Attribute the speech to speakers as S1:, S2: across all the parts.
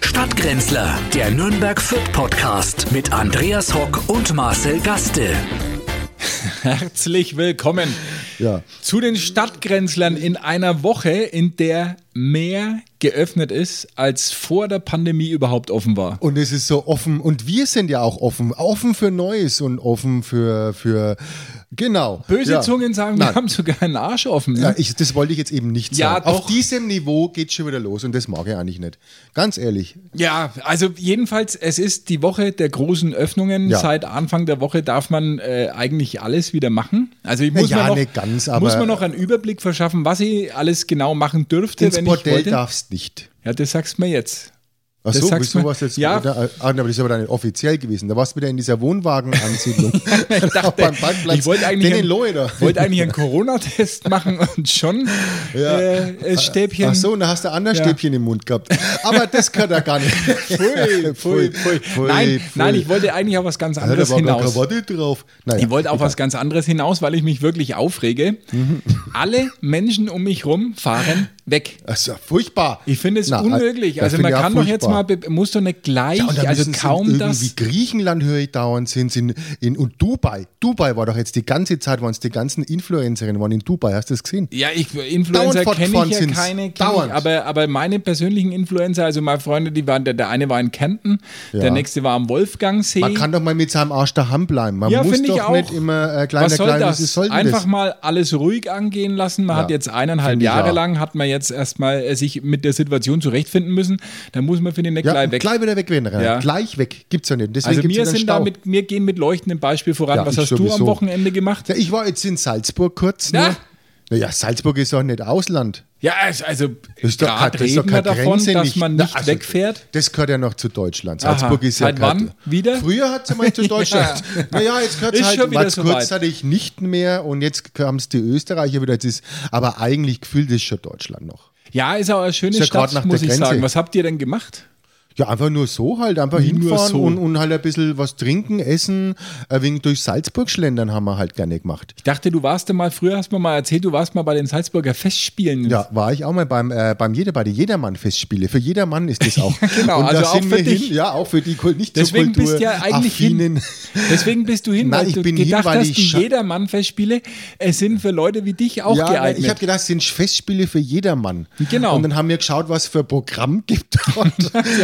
S1: Stadtgrenzler, der Nürnberg Fürth Podcast mit Andreas Hock und Marcel Gaste.
S2: Herzlich willkommen
S3: Ja.
S2: zu den Stadtgrenzlern in einer Woche, in der mehr geöffnet ist, als vor der Pandemie überhaupt offen war.
S3: Und es ist so offen. Und wir sind ja auch offen. Offen für Neues und offen für. für genau.
S2: Böse
S3: ja.
S2: Zungen sagen, wir
S3: Nein.
S2: haben sogar einen Arsch offen.
S3: Ja,
S2: Ne?
S3: ich, das wollte ich jetzt eben nicht
S2: Ja,
S3: sagen.
S2: doch.
S3: Auf diesem Niveau geht schon wieder los und das mag ich eigentlich nicht. Ganz ehrlich.
S2: Ja, also jedenfalls, es ist die Woche der großen Öffnungen.
S3: Ja.
S2: Seit Anfang der Woche darf man äh, eigentlich alles wieder machen. Also ich muss,
S3: Ja,
S2: man noch,
S3: nicht ganz, aber-
S2: muss man noch einen Überblick verschaffen, was ich alles genau machen dürfte,
S3: Ins
S2: wenn
S3: Bordell
S2: ich wollte.
S3: darfst nicht.
S2: Ja, das sagst du mir jetzt.
S3: Ach
S2: Das
S3: so,
S2: sagst
S3: wieso
S2: du-
S3: warst du jetzt?
S2: Ja.
S3: Da, ah, aber das ist aber dann nicht offiziell gewesen. Da warst du wieder in dieser Wohnwagenansiedlung.
S2: Ich dachte,
S3: beim Parkplatz.
S2: ich wollte eigentlich,
S3: Den in
S2: einen-
S3: Loeder.
S2: wollte eigentlich einen Corona-Test machen und schon
S3: Ja.
S2: äh, ein Stäbchen.
S3: Ach so, und da hast du ein anderes
S2: Ja.
S3: Stäbchen im Mund gehabt. Aber das gehört ja gar nicht.
S2: Pfui, pfui, pfui. Nein, nein, ich wollte eigentlich auf was ganz
S3: Alter,
S2: anderes
S3: da war gar
S2: hinaus.
S3: Krawatte drauf. Naja,
S2: Ich wollte auf was ganz anderes hinaus, weil ich mich wirklich aufrege.
S3: Mhm.
S2: Alle Menschen um mich rum fahren weg.
S3: Das ist ja furchtbar.
S2: Ich finde es
S3: Na,
S2: unmöglich.
S3: das
S2: Also
S3: finde
S2: man
S3: ich auch
S2: kann doch jetzt mal,
S3: furchtbar.
S2: be- muss doch nicht gleich,
S3: Ja, und dann
S2: also
S3: müssen sie
S2: kaum
S3: irgendwie
S2: das.
S3: Griechenland höre ich dauernd, sind sie in, in und Dubai. Dubai war doch jetzt die ganze Zeit, waren es die ganzen Influencerinnen waren in Dubai. Hast du das gesehen?
S2: Ja, ich, Influencer
S3: Dauernd
S2: kenne
S3: fortfahren
S2: ich ja
S3: sind's.
S2: keine, kenn ich,
S3: Dauernd.
S2: aber, aber meine persönlichen Influencer, also meine Freunde, die waren, der, der eine war in Kärnten, der
S3: Ja.
S2: nächste war am Wolfgangsee.
S3: Man kann doch mal mit seinem Arsch daheim bleiben. Man
S2: Ja,
S3: muss
S2: finde ich
S3: doch
S2: auch.
S3: nicht immer äh, kleiner,
S2: Was soll
S3: kleiner.
S2: das?
S3: Was soll denn
S2: Einfach
S3: das?
S2: mal alles ruhig angehen lassen. Man
S3: Ja,
S2: hat jetzt eineinhalb
S3: finde ich
S2: Jahre
S3: auch.
S2: lang, hat man jetzt erstmal äh, sich mit der Situation zurechtfinden müssen. Da muss man, finde ich, nicht
S3: ja,
S2: gleich weg.
S3: Gleich wieder weg, werden,
S2: Ja.
S3: Gleich weg. Gibt's ja nicht. Deswegen
S2: also
S3: gibt's
S2: wir
S3: ja den
S2: sind da
S3: Stau.
S2: mit, wir gehen mit leuchtendem Beispiel voran.
S3: Ja,
S2: Was
S3: ich
S2: hast du am
S3: sowieso.
S2: Wochenende gemacht?
S3: Ja, ich war jetzt in Salzburg kurz.
S2: Na?
S3: Na? Naja, Salzburg ist doch nicht Ausland.
S2: Ja, es- also
S3: Ist doch
S2: grad
S3: kein- ist doch
S2: reden wir
S3: keine
S2: davon,
S3: Grenze
S2: dass man
S3: Na,
S2: nicht
S3: also,
S2: wegfährt.
S3: Das gehört ja noch zu Deutschland.
S2: Aha.
S3: Salzburg ist
S2: Seit
S3: ja kein-
S2: wann? Wieder?
S3: Früher hat es mal zu Deutschland. Naja, jetzt gehört
S2: Ist
S3: es halt
S2: schon wieder
S3: mal
S2: soweit.
S3: kurzzeitig nicht mehr und jetzt kamen es die Österreicher wieder. Jetzt ist, aber eigentlich gefühlt ist schon Deutschland noch.
S2: Ja, ist auch eine schöne
S3: Ist ja grad
S2: Stadt,
S3: nach der
S2: muss ich
S3: Grenze.
S2: sagen. Was habt ihr denn gemacht?
S3: Ja, einfach nur so halt, einfach hinfahren
S2: so.
S3: Und, und halt ein bisschen was trinken, essen, ein wenig durch Salzburg schlendern haben wir halt gerne gemacht.
S2: Ich dachte, du warst da mal, früher hast du mir mal erzählt, du warst mal bei den Salzburger Festspielen.
S3: Ja, war ich auch mal beim, äh, beim Jeder, bei den Jedermann-Festspiele. Für Jedermann ist das auch.
S2: Genau,
S3: und da
S2: also auch
S3: sind
S2: für
S3: wir
S2: dich.
S3: Hin, ja, auch für die Kul- nicht
S2: Deswegen
S3: zur Kultur
S2: bist du ja eigentlich hin.
S3: affinen.
S2: Deswegen bist du hin,
S3: Nein,
S2: weil
S3: ich
S2: du
S3: bin hin,
S2: gedacht
S3: weil
S2: hast,
S3: ich
S2: die
S3: scha-
S2: Jedermann-Festspiele äh, sind für Leute wie dich auch
S3: ja, nein,
S2: geeignet.
S3: ich habe gedacht, es sind Festspiele für jedermann.
S2: Genau.
S3: Und dann haben wir geschaut, was für Programm gibt dort.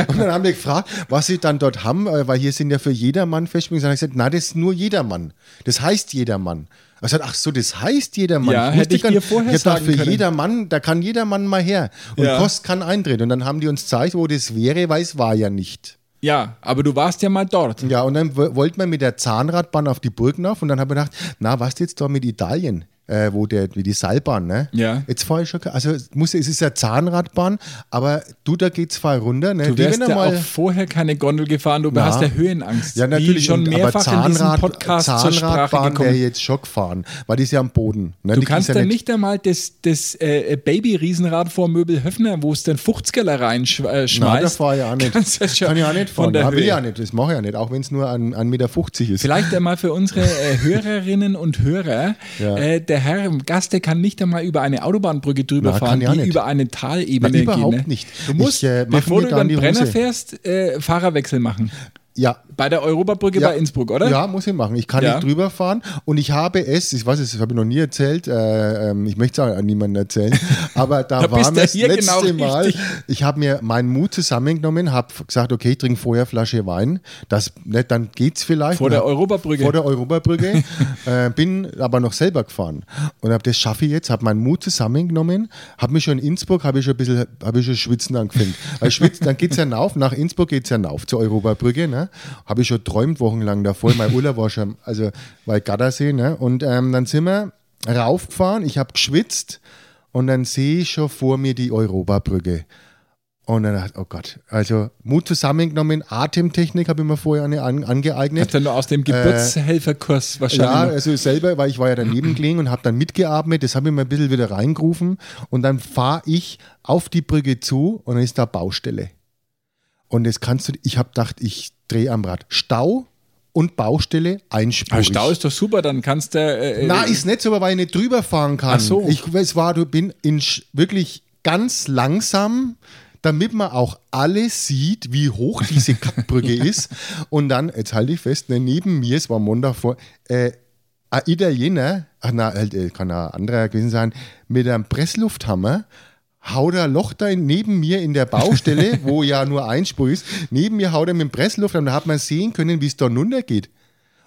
S3: Und dann haben wir gefragt, was sie dann dort haben, äh, weil hier sind ja für jedermann Festspiele. Und dann habe ich gesagt, nein, das ist nur jedermann. Das heißt jedermann. Also, ach so, das heißt jedermann.
S2: Ja,
S3: wusste
S2: hätte ich
S3: gar
S2: dir
S3: nicht-
S2: vorher
S3: ich hab gedacht,
S2: sagen
S3: für
S2: können.
S3: jedermann, da kann jedermann mal her. Und
S2: Ja.
S3: Kost kann eintreten. Und dann haben die uns gezeigt, wo das wäre, weil es war ja nicht.
S2: ja, aber du warst ja mal dort.
S3: Ja, und dann wo- wollten wir mit der Zahnradbahn auf die Burgnauf und dann habe ich gedacht, na, was jetzt da mit Italien? Äh, wo der, wie die Seilbahn, ne?
S2: Ja.
S3: Jetzt fahre ich schon, also es muss, es ist ja Zahnradbahn, aber du, da geht's voll runter, ne?
S2: Du
S3: Die
S2: wärst
S3: werden
S2: ja
S3: mal-
S2: auch vorher keine Gondel gefahren, du hast ja Höhenangst.
S3: Ja, natürlich,
S2: Wie schon
S3: und-
S2: mehrfach in diesem
S3: Zahnrad-
S2: Podcast zur Sprache
S3: Zahnradbahn wäre
S2: gekommen.
S3: jetzt schon gefahren, weil die ist ja am Boden. Ne?
S2: Du
S3: Die
S2: kannst
S3: ist
S2: ja
S3: ja
S2: nicht einmal das, das äh, Baby-Riesenrad vor Möbelhöfner, wo es den 50er reinschmeißt. Äh,
S3: Nein, da
S2: schmeißt,
S3: fahre ich auch nicht.
S2: kannst ja schon
S3: Kann ich auch nicht
S2: von
S3: fahren.
S2: der
S3: Ja, will ich
S2: Höhe.
S3: auch nicht. Das mache ich ja nicht, auch wenn es nur 1,50 ein, Meter 50 ist.
S2: Vielleicht einmal für unsere äh, Hörerinnen und Hörer.
S3: Ja.
S2: Äh, der Herr Gast, der kann nicht einmal über eine Autobahnbrücke drüber
S3: Na,
S2: fahren,
S3: kann ich auch
S2: die
S3: nicht.
S2: über eine Talebene
S3: Na, überhaupt
S2: geht. Ne?
S3: nicht.
S2: Du
S3: Ich,
S2: musst,
S3: äh, mach
S2: bevor
S3: mir
S2: du
S3: da
S2: über
S3: an
S2: den
S3: die
S2: Brenner
S3: Hose.
S2: fährst, äh, Fahrerwechsel machen.
S3: ja,
S2: Bei der Europabrücke bei Innsbruck, oder?
S3: Ja, muss ich machen. Ich kann
S2: Ja.
S3: nicht drüber fahren und ich habe es, ich weiß es, das habe ich noch nie erzählt, äh, ähm, ich möchte es auch an niemanden erzählen, aber da,
S2: Da bist
S3: war
S2: du
S3: mir das
S2: hier
S3: letzte
S2: genau
S3: Mal,
S2: richtig.
S3: ich habe mir meinen Mut zusammengenommen, habe gesagt, okay, ich trinke vorher Flasche Wein, das, ne, dann geht's vielleicht. ne?
S2: Vor der
S3: Und hab-
S2: Europabrücke.
S3: Vor der Europabrücke, äh, bin aber noch selber gefahren und habe das schaffe ich jetzt, habe meinen Mut zusammengenommen, habe mich schon in Innsbruck, habe ich schon ein bisschen, habe ich schon schwitzen angefangen. Weil schwitzt, dann geht's ja rauf, nach Innsbruck geht's ja rauf zur Europabrücke, ne? Habe ich schon träumt wochenlang davor, mein Urlaub war schon, also bei Gardasee, ne? Und ähm, dann sind wir raufgefahren, ich habe geschwitzt und dann sehe ich schon vor mir die Europabrücke. Und dann dachte ich, oh Gott, also Mut zusammengenommen, Atemtechnik habe ich mir vorher eine an, angeeignet.
S2: Hast du nur aus dem Geburtshelferkurs
S3: Äh, Ja,
S2: wahrscheinlich.
S3: also selber, weil ich war ja daneben gelegen und habe dann mitgeatmet, das habe ich mir ein bisschen wieder reingerufen und dann fahre ich auf die Brücke zu und dann ist da Baustelle. Und das kannst du, ich habe gedacht, ich drehe am Rad. Stau und Baustelle
S2: Aber
S3: einspurig.
S2: Stau ist doch super, dann kannst du. Äh,
S3: äh, Na, ist nicht so, weil ich nicht drüber fahren kann.
S2: Ach so.
S3: Ich, es war, du bin in, Sch- wirklich ganz langsam damit man auch alle sieht, wie hoch diese Kackbrücke ist. Und dann, jetzt halte ich fest, ne, neben mir, es war Montag vor, äh, ein Italiener, ach na, halt, äh, kann ein anderer gewesen sein, mit einem Presslufthammer haut er Loch da in- neben mir in der Baustelle, wo ja nur ein Spur ist, neben mir haut er mit dem Presslufthammer, da hat man sehen können, wie es da runtergeht.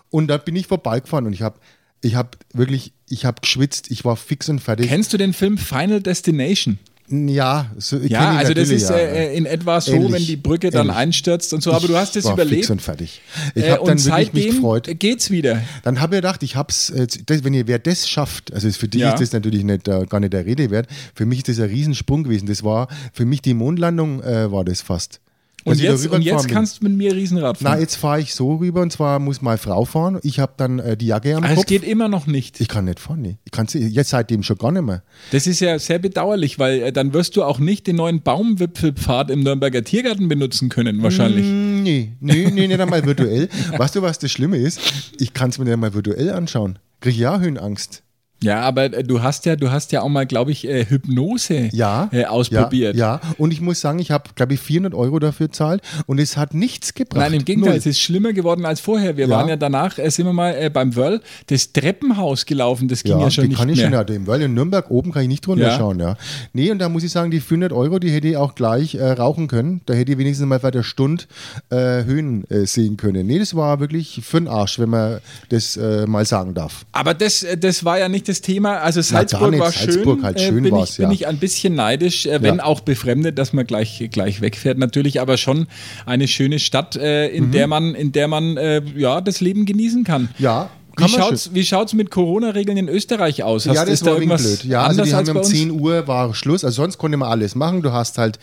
S3: Und da bin ich vorbeigefahren und ich habe ich hab wirklich, ich habe geschwitzt, ich war fix und fertig.
S2: Kennst du den Film Final Destination?
S3: ja, so, kenn ich
S2: Ja, also das
S3: natürlich,
S2: ist
S3: ja.
S2: äh, in etwa so,
S3: Ähnlich,
S2: wenn die Brücke dann
S3: ähnlich.
S2: einstürzt und so. Aber
S3: Ich
S2: du hast es
S3: war
S2: überlebt.
S3: Fix und fertig. Ich
S2: Äh,
S3: habe dann
S2: und
S3: wirklich mich gefreut.
S2: seitdem geht's wieder.
S3: Dann habe ich gedacht, ich hab's, äh, das, wenn ihr, wer das schafft, also für dich
S2: Ja.
S3: ist das natürlich nicht, äh, gar nicht der Rede wert, für mich ist das ein Riesensprung gewesen. Das war, für mich die Mondlandung äh, war das fast.
S2: Und
S3: Dass ich da
S2: jetzt, und
S3: rübergefahren
S2: jetzt
S3: bin.
S2: kannst du mit mir Riesenrad
S3: Na,
S2: fahren.
S3: jetzt fahre ich so rüber und zwar muss meine Frau fahren. Ich habe dann äh, die Jacke am
S2: Aber Also es
S3: Kopf.
S2: geht immer noch nicht.
S3: Ich kann nicht fahren, nee. Ich kann jetzt seitdem schon gar nicht mehr.
S2: Das ist ja sehr bedauerlich, weil äh, dann wirst du auch nicht den neuen Baumwipfelpfad im Nürnberger Tiergarten benutzen können, wahrscheinlich.
S3: Mm, Nee, nee, nee, nicht einmal virtuell. Weißt du, was das Schlimme ist? Ich kann es mir nicht einmal virtuell anschauen. Krieg ich ja Höhenangst.
S2: Ja, aber äh, du hast ja, du hast ja auch mal, glaube ich, äh, Hypnose
S3: Ja.
S2: äh, ausprobiert.
S3: Ja, ja. Und ich muss sagen, ich habe, glaube ich, 400 Euro dafür gezahlt und es hat nichts gebracht.
S2: Nein, im Gegenteil,
S3: Null.
S2: es ist schlimmer geworden als vorher. Wir
S3: Ja.
S2: waren ja danach, äh, sind wir mal äh, beim Wörl, das Treppenhaus gelaufen, das ging
S3: ja,
S2: ja, schon
S3: die
S2: nicht
S3: kann ich
S2: mehr.
S3: schon ja dem, weil in Nürnberg oben kann ich nicht runterschauen, ja. Nee, und da muss ich sagen, die 400 Euro, die hätte ich auch gleich äh, rauchen können. Da hätte ich wenigstens mal weiter Stunde äh, Höhen äh, sehen können. Nee, das war wirklich für den Arsch, wenn man das äh, mal sagen darf.
S2: Aber das, äh, das war ja nicht das Thema. Also
S3: gar
S2: Salzburg
S3: nicht.
S2: war schön.
S3: Salzburg halt
S2: äh,
S3: schön
S2: bin
S3: war's,
S2: ich, bin
S3: ja.
S2: ich ein bisschen neidisch, äh, wenn
S3: Ja.
S2: auch befremdet, dass man gleich, gleich wegfährt. Natürlich aber schon eine schöne Stadt, äh,
S3: Mhm.
S2: in der man, in der man äh, ja, das Leben genießen kann.
S3: Ja,
S2: Wie
S3: kann man
S2: schaut's, wie schaut's mit Corona-Regeln in Österreich aus?
S3: ja, das
S2: ist
S3: war
S2: da
S3: wegen
S2: irgendwas
S3: blöd. Ja, also
S2: anders
S3: die
S2: als
S3: haben
S2: bei
S3: um
S2: uns?
S3: 10 Uhr war Schluss. Also sonst konnte man alles machen. Du hast halt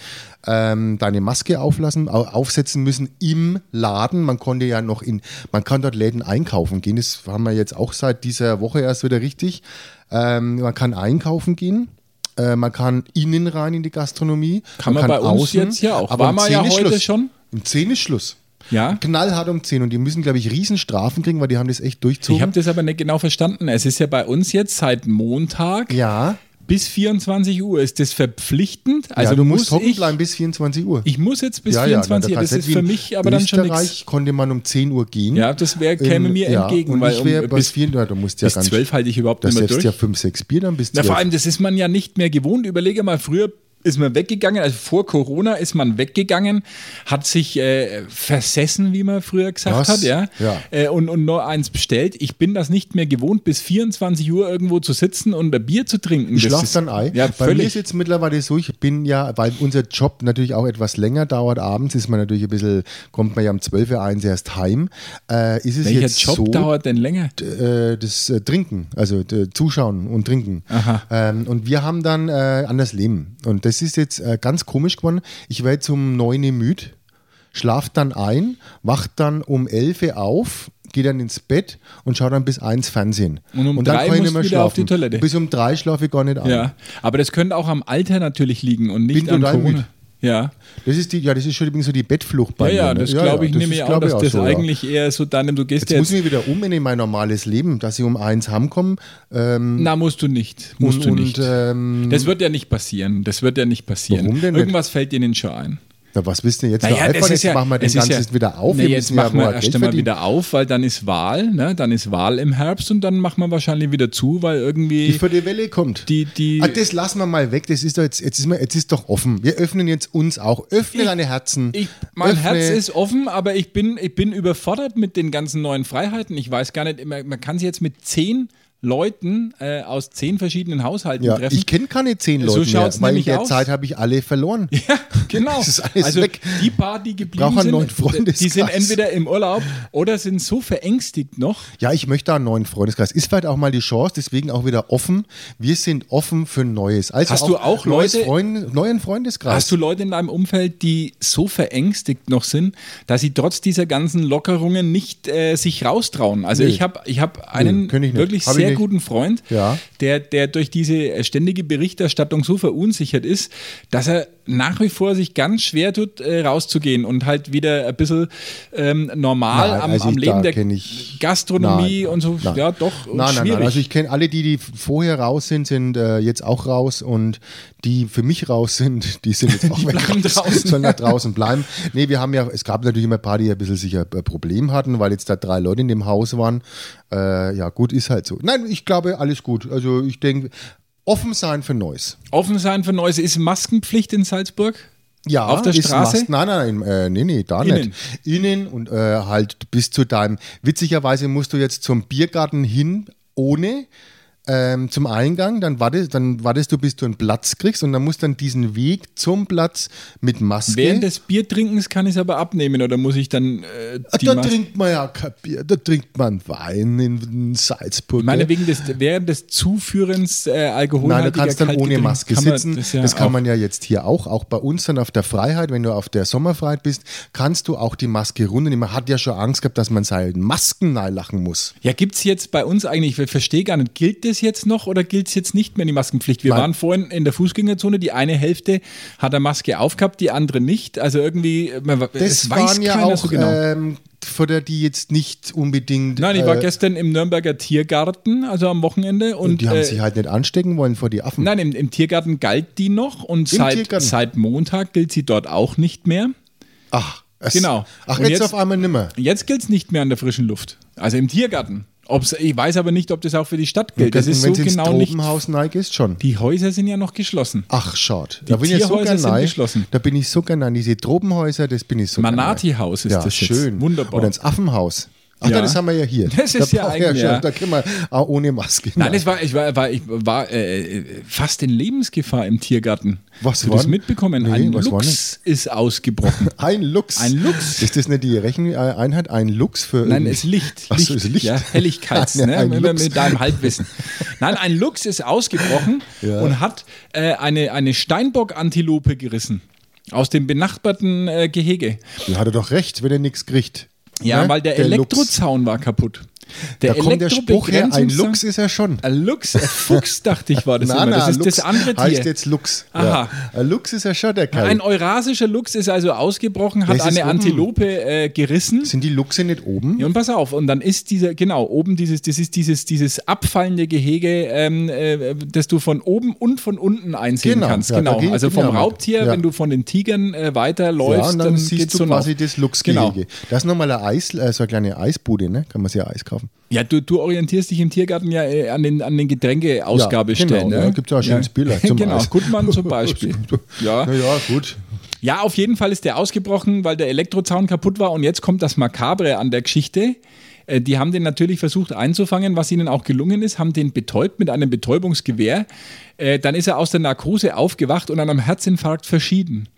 S3: ähm, deine Maske auflassen, au- aufsetzen müssen im Laden. Man konnte ja noch in, man kann dort Läden einkaufen gehen. Das haben wir jetzt auch seit dieser Woche erst wieder richtig. Ähm, man kann einkaufen gehen. Äh, man kann innen rein in die Gastronomie.
S2: Kann man bei uns jetzt ja auch.
S3: Aber
S2: Waren
S3: um
S2: wir
S3: 10
S2: ja
S3: ist
S2: heute
S3: Schluss.
S2: schon?
S3: Um 10 ist Schluss.
S2: Ja.
S3: Knallhart um 10. Und die müssen, glaube ich, Riesenstrafen kriegen, weil die haben das echt durchzogen.
S2: Ich habe das aber nicht genau verstanden. Es ist ja bei uns jetzt seit Montag
S3: ja.
S2: bis 24 Uhr. Ist das verpflichtend? Also
S3: ja, du musst
S2: muss
S3: hocken
S2: ich,
S3: bleiben bis 24 Uhr.
S2: ich muss jetzt bis
S3: ja, ja, na,
S2: 24
S3: da
S2: Uhr. Das
S3: kannst
S2: ist
S3: du nicht
S2: für
S3: wie
S2: mich
S3: in
S2: aber dann schon nichts.
S3: Österreich konnte man um 10 Uhr gehen. Ähm,
S2: Ja, das wär- käme mir entgegen,
S3: Und
S2: weil
S3: ich
S2: um-
S3: wäre
S2: bis-
S3: bis 4 Uhr, da musst du ja
S2: Bis
S3: ganz
S2: 12 halte ich überhaupt
S3: da
S2: nicht mehr durch.
S3: selbst ja 5, 6 Bier dann bis
S2: Na,
S3: 12.
S2: vor allem, das ist man ja nicht mehr gewohnt. Überlege mal, früher ist man weggegangen, also vor Corona ist man weggegangen, hat sich äh, versessen, wie man früher gesagt
S3: Was?
S2: hat, ja,
S3: Ja.
S2: Äh, und, und nur eins bestellt. Ich bin das nicht mehr gewohnt, bis 24 Uhr irgendwo zu sitzen und ein Bier zu trinken.
S3: ich
S2: Das
S3: schlafe
S2: ist-
S3: dann ein.
S2: Ja,
S3: Bei mir ist
S2: völlig.
S3: jetzt mittlerweile so, ich bin ja, weil unser Job natürlich auch etwas länger dauert, abends ist man natürlich ein bisschen, kommt man ja um 12 Uhr eins erst heim. Äh, ist es
S2: Welcher
S3: jetzt
S2: Job
S3: so,
S2: dauert denn länger?
S3: äh, das äh, Trinken, also äh, Zuschauen und Trinken. Ähm, und wir haben dann äh, anders Leben. Und das ist jetzt äh, ganz komisch geworden. Ich werde zum 9 Uhr müde, schlaf dann ein, wacht dann um 11 Uhr auf, gehe dann ins Bett und schaue dann bis 1 Fernsehen.
S2: Und um
S3: dann
S2: drei
S3: kann ich
S2: musst
S3: nicht mehr
S2: du wieder auf die
S3: schlafen.
S2: Toilette.
S3: Bis um 3 schlafe ich gar nicht ein.
S2: Ja, aber das könnte auch am Alter natürlich liegen und nicht
S3: Bin
S2: an
S3: total
S2: Corona.
S3: müde.
S2: Ja.
S3: Das ist die, ja, das ist schon übrigens so die Bettflucht bei
S2: Ja, ja,
S3: mir. ne?
S2: das glaube ich
S3: das
S2: nämlich
S3: ist,
S2: auch,
S3: glaub ich,
S2: dass das
S3: so, ja.
S2: eigentlich eher so dann, du gehst
S3: Jetzt muss
S2: jetzt,
S3: ich mich wieder um in mein normales Leben, dass ich um eins heimkomme. Ähm,
S2: na musst du nicht, musst
S3: und,
S2: du nicht.
S3: Und, ähm,
S2: Das wird ja nicht passieren. Das wird ja nicht passieren.
S3: Warum denn nicht?
S2: Irgendwas fällt Ihnen schon ein.
S3: Na, was willst du denn jetzt für iPhone? Jetzt machen wir den
S2: es ist
S3: ganzen wieder auf.
S2: Nee,
S3: wir
S2: jetzt
S3: müssen ja
S2: machen wir
S3: mal
S2: erst
S3: Geld
S2: einmal
S3: verdienen.
S2: wieder auf, weil dann ist Wahl, ne? Dann ist Wahl im Herbst und dann machen wir wahrscheinlich wieder zu, weil
S3: Die
S2: irgendwie
S3: vierte Welle kommt.
S2: die, die,
S3: ah, das lassen wir mal weg. Das ist doch jetzt, jetzt, ist, mal, jetzt ist doch offen. Wir öffnen jetzt uns auch. Öffne
S2: Ich-
S3: deine Herzen.
S2: ich, mein
S3: Öffne.
S2: Herz ist offen, aber ich bin, ich bin überfordert mit den ganzen neuen Freiheiten. Ich weiß gar nicht, man man kann sich jetzt mit zehn Leuten äh, aus zehn verschiedenen Haushalten
S3: Ja,
S2: treffen.
S3: ich kenne keine zehn
S2: So
S3: Leute mehr,
S2: schaut's
S3: weil in
S2: nämlich
S3: der
S2: aus.
S3: Zeit habe ich alle verloren.
S2: Ja, genau.
S3: Das ist alles
S2: also
S3: weg.
S2: die paar, die geblieben
S3: brauche einen neuen
S2: sind,
S3: Freundeskreis.
S2: die sind entweder im Urlaub oder sind so verängstigt noch.
S3: Ja, ich möchte da einen neuen Freundeskreis. Ist vielleicht auch mal die Chance, deswegen auch wieder offen. Wir sind offen für Neues. Also
S2: Hast du auch
S3: neues
S2: Leute-
S3: Freund, neuen Freundeskreis?
S2: Hast du Leute in deinem Umfeld, die so verängstigt noch sind, dass sie trotz dieser ganzen Lockerungen nicht äh, sich raustrauen? Also
S3: Nee.
S2: ich habe ich hab einen
S3: kenn ich nicht.
S2: wirklich
S3: Hab ich
S2: sehr
S3: nicht.
S2: guten Freund,
S3: Ja.
S2: der, der durch diese ständige Berichterstattung so verunsichert ist, dass er nach wie vor sich ganz schwer tut, äh, rauszugehen und halt wieder ein bisschen ähm, normal
S3: Nein,
S2: am,
S3: also
S2: am
S3: ich-
S2: Leben
S3: da
S2: der
S3: kenn ich-
S2: Gastronomie
S3: Nein,
S2: und so.
S3: nein.
S2: Ja, doch. und
S3: Nein, nein,
S2: schwierig.
S3: nein. Also ich kenne alle, die, die vorher raus sind, sind äh, jetzt auch raus und die für mich raus sind, die sind jetzt auch weg.
S2: bleiben draußen.
S3: Sollen da draußen bleiben. Nee, wir haben ja, es gab natürlich immer ein paar, die ein bisschen sicher ein Problem hatten, weil jetzt da drei Leute in dem Haus waren. Äh, ja, gut, ist halt so. Nein, ich glaube, alles gut. Also ich denke, offen sein für Neues.
S2: Offen sein für Neues. Ist Maskenpflicht in Salzburg?
S3: Ja,
S2: Auf der
S3: ist
S2: Straße?
S3: Mas- nein, nein, nein, äh, nee, nee, da
S2: Innen.
S3: nicht. Innen und äh, halt bis zu deinem. Witzigerweise musst du jetzt zum Biergarten hin ohne ähm, zum Eingang, dann wartest, dann wartest du, bis du einen Platz kriegst und dann musst du dann diesen Weg zum Platz mit Maske.
S2: Während des Biertrinkens kann ich es aber abnehmen oder muss ich dann äh,
S3: Ah,
S2: die
S3: da
S2: Maske-
S3: trinkt man ja kein Bier, da trinkt man Wein in Salzburg.
S2: Ich meine,
S3: gell?
S2: wegen des, während des Zuführens äh,
S3: Nein, du
S2: alkoholhaltiger
S3: kannst dann ohne
S2: Kaltgetränke
S3: Maske
S2: kann man
S3: sitzen. Das,
S2: ja
S3: kann
S2: auch-
S3: man ja jetzt hier auch. Auch bei uns dann auf der Freiheit, wenn du auf der Sommerfreiheit bist, kannst du auch die Maske runternehmen. Man hat ja schon Angst gehabt, dass man seinen Masken lachen muss.
S2: Ja, gibt es jetzt bei uns eigentlich, ich verstehe gar nicht, gilt das jetzt noch oder gilt es jetzt nicht mehr die Maskenpflicht? Wir
S3: Nein.
S2: waren vorhin in der Fußgängerzone, die eine Hälfte hat eine Maske aufgehabt, die andere nicht. Also irgendwie, man,
S3: Das
S2: es weiß
S3: waren ja
S2: keiner
S3: auch
S2: so genau.
S3: ähm, Förder, die jetzt nicht unbedingt.
S2: Nein, ich war
S3: äh,
S2: gestern im Nürnberger Tiergarten, also am Wochenende. Und,
S3: Die haben
S2: äh,
S3: sich halt nicht anstecken wollen vor die Affen.
S2: Nein, im, im Tiergarten galt die noch und
S3: Im
S2: seit,
S3: Tiergarten?
S2: seit Montag gilt sie dort auch nicht mehr.
S3: Ach, es-
S2: Genau.
S3: Ach,
S2: Und
S3: jetzt,
S2: jetzt-
S3: auf einmal nimmer.
S2: Jetzt gilt es nicht mehr an der frischen Luft. Also im Tiergarten. Ob's, ich weiß aber nicht, ob das auch für die Stadt gilt. Das ist so
S3: wenn ins
S2: genau nicht.
S3: Tropenhaus neigt, ist schon.
S2: Die Häuser sind ja noch geschlossen.
S3: Ach, schade. Da bin ich so
S2: Tierhäuser
S3: gern
S2: sind
S3: rein.
S2: geschlossen.
S3: Da bin ich so gern an diese Tropenhäuser, das bin ich so gern
S2: Manati-Haus
S3: rein.
S2: ist das jetzt.
S3: schön.
S2: Wunderbar.
S3: Oder ins Affenhaus. Ach,
S2: Ja.
S3: ja. das haben wir ja hier.
S2: Das ist
S3: da
S2: ja
S3: brauch ich
S2: eigentlich,
S3: schon-
S2: ja.
S3: Da können wir auch ohne Maske.
S2: Nein, es war, ich war, war, ich war äh, fast in Lebensgefahr im Tiergarten.
S3: Was
S2: Hast du
S3: war
S2: das
S3: denn?
S2: mitbekommen?
S3: Nee,
S2: Ein
S3: was war
S2: Luchs ist ausgebrochen.
S3: ein Lux.
S2: Ein Luchs.
S3: Ist das nicht die Recheneinheit? Ein Lux für.
S2: Nein, es ist Licht.
S3: Ach so, ist Licht.
S2: Ja, Helligkeits,
S3: Nein,
S2: ne?
S3: ein
S2: Wenn wir
S3: Lux.
S2: mit deinem Halbwissen. Nein, ein Luchs ist ausgebrochen und hat äh, eine, eine Steinbock-Antilope gerissen. Aus dem benachbarten äh, Gehege.
S3: Da hat er doch recht, wenn er nichts kriegt.
S2: Ja,
S3: Ne?
S2: weil der,
S3: Lux.
S2: Elektrozaun war kaputt.
S3: Da kommt der Spruch her, ein
S2: Elektrobegrenzungszaun-
S3: Lux ist er schon.
S2: Ein Luchs, ein Fuchs, dachte ich, war Also, das
S3: Na,
S2: immer. Das
S3: na,
S2: ist
S3: Lux
S2: das andere Tier.
S3: Heißt jetzt Lux.
S2: Aha.
S3: Ja. Ein Lux ist er schon, der Kerl.
S2: Ein eurasischer Luchs ist also ausgebrochen, hat
S3: Das ist
S2: eine
S3: oben.
S2: Antilope äh, gerissen.
S3: Sind die Luchse nicht oben?
S2: Ja, und pass auf, und dann ist dieser, genau, oben dieses, das ist dieses, dieses abfallende Gehege, ähm, äh, das du von oben und von unten einsehen
S3: Genau,
S2: kannst.
S3: ja, da
S2: Genau.
S3: geh ich
S2: Also
S3: bin
S2: vom
S3: ja mit.
S2: Raubtier,
S3: Ja.
S2: wenn du von den Tigern äh, weiterläufst,
S3: ja, und dann,
S2: dann, geht's
S3: siehst du
S2: so
S3: quasi
S2: nach.
S3: das Luchsgehege.
S2: Genau.
S3: Das ist nochmal ein Eis, äh, so eine kleine Eisbude, ne? Kann man sich ja Eis kaufen.
S2: Ja, du, du orientierst dich im Tiergarten ja äh, an den, an den Getränkeausgabestellen.
S3: Ja, genau,
S2: ne?
S3: ja, gibt's ja auch schönes Bierlein zum
S2: genau,
S3: Eis.
S2: Gutmann zum Beispiel. ja.
S3: Naja, gut.
S2: ja, auf jeden Fall ist der ausgebrochen, weil der Elektrozaun kaputt war. Und jetzt kommt das Makabre an der Geschichte. Äh, Die haben den natürlich versucht einzufangen, was ihnen auch gelungen ist, haben den betäubt mit einem Betäubungsgewehr. Äh, Dann ist er aus der Narkose aufgewacht und an einem Herzinfarkt verschieden.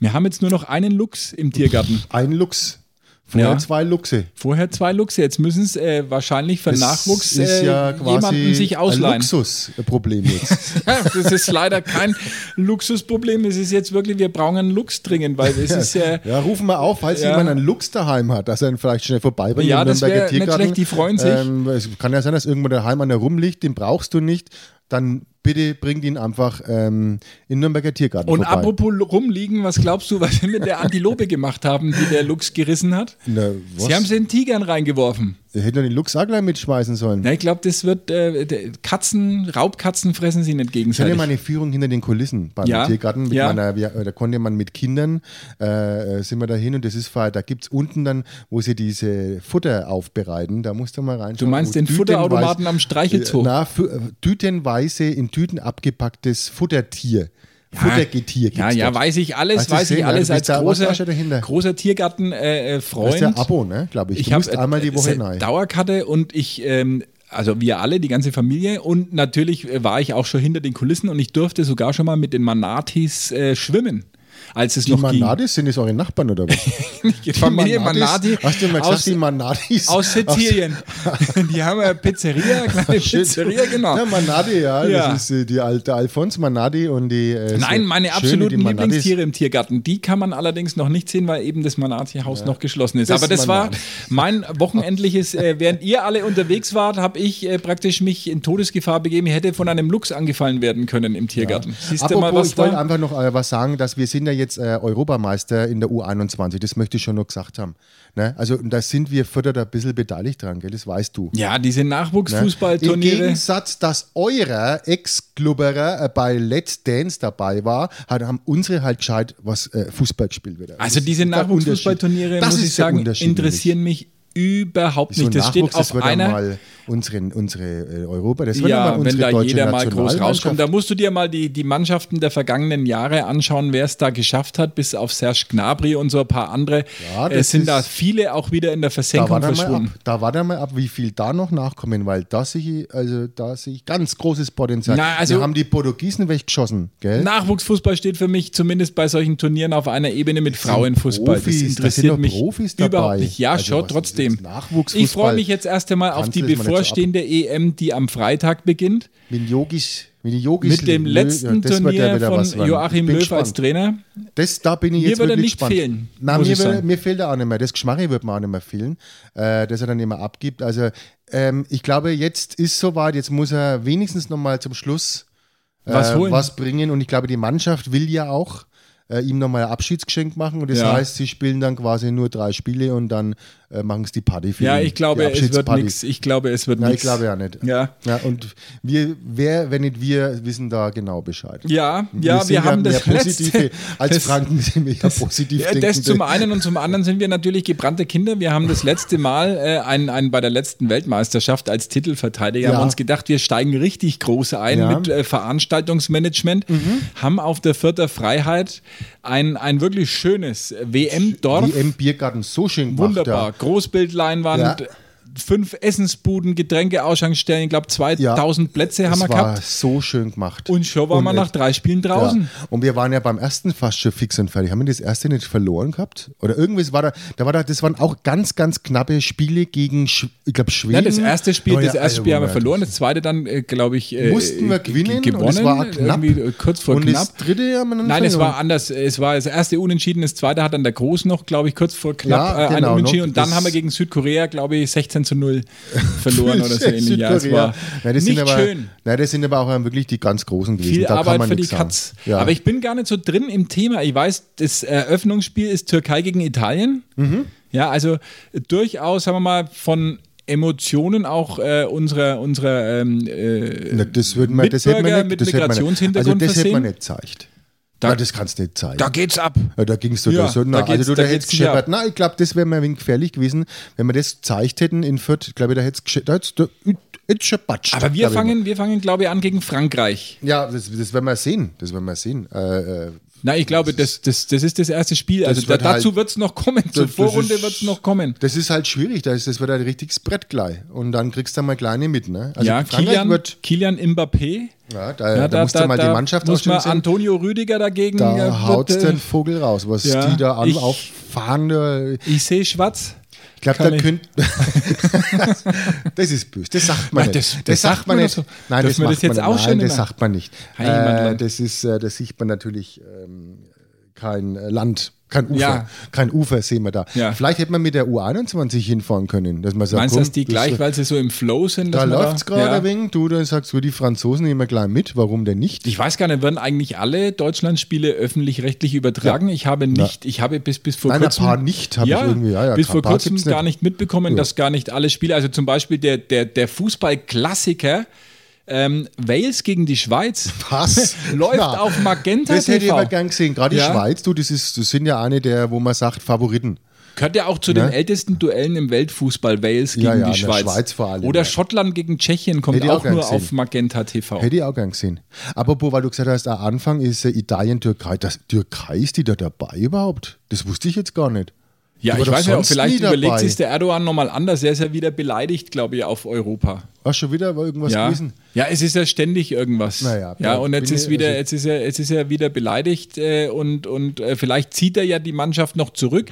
S2: Wir haben jetzt nur noch einen Luchs im Tiergarten.
S3: Ein Luchs. Vorher
S2: Ja.
S3: zwei Luchse.
S2: Vorher zwei Luchse, jetzt müssen es äh, wahrscheinlich für
S3: Das
S2: Nachwuchs
S3: ist
S2: äh,
S3: ja
S2: jemanden
S3: quasi
S2: sich
S3: ein
S2: ausleihen.
S3: Luxusproblem jetzt.
S2: Ja, das ist leider kein Luxusproblem. Es ist jetzt wirklich, wir brauchen einen Lux dringend, weil es ist ja.
S3: ja, rufen wir auf, falls
S2: Ja.
S3: jemand einen Lux daheim hat, dass er ihn vielleicht schnell vorbeibringt.
S2: Ja,
S3: im
S2: das
S3: Nürnberger
S2: wär nicht
S3: Tiergarten.
S2: schlecht, die freuen sich.
S3: Ähm, es kann ja sein, dass irgendwo daheim einer rumliegt, den brauchst du nicht. Dann bitte bringt ihn einfach ähm, in den Nürnberger Tiergarten
S2: Und
S3: vorbei.
S2: apropos rumliegen, was glaubst du, was wir mit der Antilope gemacht haben, die der Lux gerissen hat?
S3: Na,
S2: Sie haben
S3: was?
S2: sie in Tigern reingeworfen.
S3: Sie hätten doch den Lux auch gleich mitschmeißen sollen.
S2: Na, ich glaube, das wird äh, der- Katzen, Raubkatzen fressen sie nicht
S3: Ich hatte
S2: gegenseitig.
S3: mal eine Führung hinter den Kulissen beim
S2: Ja,
S3: Tiergarten. Mit
S2: ja.
S3: meiner, wir, äh, da konnte man mit Kindern, äh, äh, sind wir da hin und das ist vorher, da gibt es unten dann, wo sie diese Futter aufbereiten, da musst du mal reinschauen.
S2: Du meinst
S3: wo
S2: den Futterautomaten
S3: tütenweise-
S2: am Streichelzoo?
S3: Äh, Na, fü- äh, tütenweise in Tüten abgepacktes Futtertier. Futtergetier
S2: Ah, Ja,
S3: gibt's
S2: ja,
S3: dort.
S2: weiß ich alles,
S3: Hast du
S2: weiß ich
S3: gesehen? Ja,
S2: alles
S3: du
S2: als
S3: bist da- was
S2: großer,
S3: war schon dahinter?
S2: großer Tiergarten-Freund. Äh,
S3: Das ist der
S2: Freund.
S3: Abo, ne, glaube ich. Du
S2: hab,
S3: musst einmal die
S2: äh,
S3: Woche
S2: se-
S3: rein.
S2: Dauerkarte und ich, ähm, also wir alle, die ganze Familie und natürlich äh, war ich auch schon hinter den Kulissen und ich durfte sogar schon mal mit den Manatis äh, schwimmen. als es
S3: Die
S2: noch
S3: Manadis sind jetzt eure Nachbarn oder was?
S2: ging. Die Familie Manadi
S3: Hast du mal gesagt,
S2: aus,
S3: die Manadis?
S2: aus Sizilien. die haben eine Pizzeria, eine kleine
S3: Shit.
S2: Pizzeria, genau.
S3: Ja, Manadi, ja.
S2: Ja.
S3: Das ist äh, die alte Alfons Manadi und die. Äh,
S2: Nein,
S3: so
S2: meine
S3: schöne,
S2: absoluten
S3: die Manadis.
S2: Lieblingstiere im Tiergarten, die kann man allerdings noch nicht sehen, weil eben das Manati-Haus noch geschlossen ist.
S3: Das
S2: Aber das war
S3: Manati.
S2: mein wochenendliches, äh, während ihr alle unterwegs wart, habe ich äh, praktisch mich in Todesgefahr begeben. Ich hätte von einem Luchs angefallen werden können im Tiergarten. Siehst du
S3: Apropos,
S2: mal, was
S3: ich wollte
S2: da...
S3: einfach noch äh, was sagen, dass wir sind ja jetzt äh, Europameister in der U21, das möchte ich schon noch gesagt haben. Ne? Also da sind wir Förderer ein bisschen beteiligt dran, gell? das weißt du.
S2: Ja, diese
S3: Ne? Im
S2: Nachwuchsfußballturniere.
S3: Gegensatz, dass eurer Ex-Klubberer äh, bei Let's Dance dabei war, hat, haben unsere halt gescheit, was äh, Fußball gespielt wird.
S2: Also diese
S3: ist der
S2: Nachwuchsfußballturniere,
S3: Unterschied. Das
S2: muss
S3: ist
S2: ich
S3: der
S2: sagen,
S3: Unterschied nämlich.
S2: interessieren mich überhaupt
S3: So
S2: nicht. Das steht
S3: Nachwuchs, das
S2: auf
S3: wird dann
S2: einer...
S3: mal unseren, unsere äh, Europa, das wird dann
S2: Ja,
S3: mal
S2: wenn
S3: unsere
S2: da
S3: deutsche
S2: jeder mal groß rauskommt,
S3: Nationalmannschaft.
S2: da musst du dir mal die, die Mannschaften der vergangenen Jahre anschauen, wer es da geschafft hat, bis auf Serge Gnabry und so ein paar andere.
S3: Ja, das
S2: es sind
S3: ist-
S2: da viele auch wieder in der
S3: Da war
S2: Versenkung
S3: dann mal ab, ne?
S2: verschwunden.
S3: da war dann mal ab, wie viel da noch nachkommen, weil da sehe ich, also da sehe ich ganz großes Potenzial.
S2: Na, also-
S3: Wir haben die Portugiesen weggeschossen, gell?
S2: Nachwuchsfußball steht für mich zumindest bei solchen Turnieren auf einer Ebene mit
S3: sind
S2: Frauenfußball.
S3: Profis, da
S2: das
S3: sind
S2: interessiert
S3: doch
S2: mich
S3: Profis dabei.
S2: überhaupt nicht. Ja,
S3: Also
S2: schon
S3: was ist
S2: trotzdem.
S3: jetzt Nachwuchsfußball?
S2: Ich freue mich jetzt erst einmal auf
S3: Kannst
S2: die
S3: du das mal nicht so
S2: bevorstehende EM, die am Freitag beginnt.
S3: Mit Jogis, mit den Jogis
S2: Mit dem
S3: Lö-
S2: letzten
S3: das wird ja
S2: Turnier
S3: wieder was
S2: von
S3: werden.
S2: Joachim Löw
S3: Bin
S2: als
S3: gespannt.
S2: Trainer.
S3: Das, da bin ich
S2: Mir
S3: jetzt
S2: würde
S3: wirklich
S2: nicht
S3: gespannt.
S2: fehlen,
S3: Nein,
S2: muss
S3: mir,
S2: ich
S3: würde,
S2: sagen.
S3: mir fehlt er auch nicht mehr. Das Geschmarri wird mir auch nicht mehr fehlen, äh, das er dann immer abgibt. Also ähm, ich glaube, jetzt ist soweit. Jetzt muss er wenigstens nochmal zum Schluss äh,
S2: Was holen.
S3: was bringen. Und ich glaube, die Mannschaft will ja auch äh, ihm nochmal ein Abschiedsgeschenk machen. Und das
S2: Ja.
S3: heißt, sie spielen dann quasi nur drei Spiele und dann äh, machen es die Party für
S2: Ja,
S3: ihn,
S2: ich glaube,
S3: die
S2: es wird
S3: Abschiedsparty.
S2: nichts. Ich glaube, es wird
S3: Nein, ich
S2: nichts.
S3: glaube ja nicht.
S2: Ja.
S3: ja. Und wir, wer, wenn nicht wir, wissen da genau Bescheid.
S2: Ja, ja,
S3: sind
S2: wir haben
S3: mehr
S2: das
S3: positive,
S2: letzte.
S3: Als
S2: das-
S3: Franken sind wir ja positiv
S2: Ja, Das
S3: denkende.
S2: zum einen und zum anderen sind wir natürlich gebrannte Kinder. Wir haben das letzte Mal äh, ein, ein, bei der letzten Weltmeisterschaft als Titelverteidiger
S3: Ja.
S2: haben uns gedacht, wir steigen richtig groß ein
S3: Ja. Mhm.
S2: mit äh, Veranstaltungsmanagement, haben auf der Vierter Freiheit ein, ein wirklich schönes WM-Dorf.
S3: WM Biergarten so schön gemacht.
S2: Wunderbar.
S3: Ja.
S2: Großbildleinwand,
S3: Ja.
S2: fünf Essensbuden, Getränkeausgangsstellen, ich glaube 2000 Plätze haben wir
S3: Das war
S2: gehabt.
S3: so schön gemacht.
S2: Und schon waren wir nach drei Spielen draußen.
S3: ja. Und wir waren ja beim ersten fast schon fix und fertig. Haben wir das erste nicht verloren gehabt? Oder irgendwas war da, da war da, das waren auch ganz, ganz knappe Spiele gegen, Sch ich glaube, Schweden.
S2: Ja, das erste Spiel,
S3: Oh ja,
S2: das erste
S3: Alter,
S2: Spiel haben wir
S3: Moment.
S2: verloren, das zweite dann, äh, glaube ich, äh,
S3: Mussten wir
S2: g-
S3: gewinnen
S2: gewonnen.
S3: und es war knapp.
S2: irgendwie, äh, kurz vor
S3: und
S2: knapp.
S3: das dritte haben wir dann
S2: Nein, es
S3: verloren.
S2: war anders. Es war das erste Unentschieden, das zweite hat dann der Groß noch, glaube ich, kurz vor knapp
S3: Ja,
S2: äh, ein
S3: genau,
S2: Unentschieden.
S3: noch.
S2: Und dann
S3: Das-
S2: haben wir gegen Südkorea, glaube ich, 16 zu 0 verloren oder so ähnlich. Ja, es
S3: Südkorea.
S2: war
S3: Nein, das
S2: nicht
S3: sind aber,
S2: schön.
S3: Nein, das sind aber auch wirklich die ganz großen gewesen.
S2: Viel
S3: da kann
S2: Arbeit
S3: man
S2: für die
S3: nichts
S2: Katz.
S3: Sagen. Ja.
S2: Aber ich bin gar nicht so drin im Thema. Ich weiß, das Eröffnungsspiel ist Türkei gegen Italien.
S3: Mhm.
S2: Ja, also äh, durchaus, sagen wir mal, von Emotionen auch äh, unserer, unserer ähm, äh,
S3: Na, das wird man, das hätte man
S2: Mitbürger
S3: nicht,
S2: mit
S3: das hätte man nicht-
S2: Migrationshintergrund
S3: Also das hätte
S2: versehen?
S3: man nicht gezeigt.
S2: Da-
S3: Da, das kannst du nicht zeigen.
S2: da geht's ab.
S3: Ja, da ging es so,
S2: Ja,
S3: da so.
S2: da
S3: Na,
S2: geht's-
S3: also du,
S2: da
S3: da,
S2: geht's
S3: hättest
S2: sicher ab.
S3: gescheppert. Na, ich glaube, das wäre mir ein wenig gefährlich gewesen, wenn man das gezeigt hätten in Fürth. Glaube ich, da hättest gescheppert. Da hätt's- da- hätt's schon batscht,
S2: Aber wir
S3: glaub ich mal.
S2: fangen, wir fangen, glaube ich, an gegen Frankreich.
S3: Ja, das, das werden wir sehen. Das werden wir sehen. Äh, äh,
S2: Na, ich glaube, das, das, das ist das erste Spiel. Also
S3: Das
S2: da,
S3: wird halt-
S2: dazu wird's noch kommen. Zur
S3: Das- das
S2: Vorrunde
S3: ist-
S2: wird's noch kommen.
S3: Das ist halt schwierig, das, das wird ein richtiges Brett gleich. Und dann kriegst du mal kleine mit, ne? Also
S2: ja,
S3: Frankreich
S2: Kilian,
S3: wird.
S2: Kilian Mbappé.
S3: Ja, da,
S2: Ja,
S3: da, musst du mal die Mannschaft
S2: muss man
S3: ausstimmen.
S2: Antonio Rüdiger dagegen. äh,
S3: Da haut
S2: wird, äh,
S3: den Vogel raus, was
S2: ja,
S3: die da an,
S2: ich-
S3: auffahren. da- Ich
S2: Ich sehe schwarz.
S3: glaube,
S2: Kann
S3: da
S2: ich-
S3: könnte. das ist böse, das sagt man
S2: Nein,
S3: nicht.
S2: das- das sagt man
S3: nicht.
S2: doch so.
S3: Nein,
S2: Dürfen
S3: das,
S2: wir das
S3: macht man
S2: jetzt
S3: nicht.
S2: auch schon
S3: Nein, das
S2: immer?
S3: sagt man nicht.
S2: Heimatland.
S3: Äh, das, ist, äh, das sieht man natürlich ähm, kein äh, Land. Kein Ufer,
S2: Ja.
S3: kein Ufer sehen wir da.
S2: Ja.
S3: Vielleicht hätte man mit der U21 hinfahren können, dass man sagt,
S2: Meinst du,
S3: komm,
S2: dass die
S3: das-
S2: gleich, weil sie so im Flow sind?
S3: Da
S2: dass man
S3: läuft es gerade
S2: ja.
S3: ein wenig, du, dann sagst du, die Franzosen nehmen gleich mit, warum denn nicht?
S2: Ich weiß gar nicht, werden eigentlich alle Deutschlandspiele öffentlich-rechtlich übertragen? Ich habe nicht, ich habe bis, bis vor
S3: Nein, ein
S2: kurzem.
S3: paar nicht, habe ich
S2: ja,
S3: irgendwie, ja, ja,
S2: bis
S3: ein
S2: vor
S3: paar
S2: kurzem
S3: gibt's nicht.
S2: gar nicht mitbekommen, dass gar nicht alle Spiele, also zum Beispiel der, der, der Fußballklassiker ähm, Wales gegen die Schweiz.
S3: Pass.
S2: Läuft
S3: Na,
S2: auf Magenta
S3: Das hätte ich
S2: TV.
S3: aber gern gesehen. Gerade die
S2: Ja.
S3: Schweiz, du, das, ist, das sind ja eine der, wo man sagt, Favoriten.
S2: Gehört ja auch zu den
S3: Ne?
S2: ältesten Duellen im Weltfußball, Wales gegen
S3: Ja, ja,
S2: die
S3: in der
S2: Schweiz.
S3: Schweiz vor allem,
S2: Oder
S3: ja.
S2: Schottland gegen Tschechien kommt
S3: Hätte ich auch
S2: auch,
S3: gern
S2: nur
S3: gesehen.
S2: auf Magenta TV.
S3: Hätte ich auch gern gesehen. Apropos, weil du gesagt hast, am Anfang ist äh, Italien, Türkei. Das, Türkei ist die da dabei überhaupt? Das wusste ich jetzt gar nicht.
S2: Ja,
S3: Die war
S2: ich
S3: doch
S2: weiß ja auch,
S3: sonst
S2: vielleicht
S3: nie
S2: überlegt
S3: dabei.
S2: sich der Erdogan nochmal anders. Er ist ja wieder beleidigt, glaube ich, auf Europa.
S3: Was schon wieder war irgendwas
S2: ja.
S3: gewesen?
S2: ja, es ist ja ständig irgendwas.
S3: Naja,
S2: ja, und jetzt
S3: bin
S2: ist
S3: ich-
S2: wieder,
S3: also-
S2: jetzt ist er, jetzt ist er wieder beleidigt äh, und, und äh, vielleicht zieht er ja die Mannschaft noch zurück.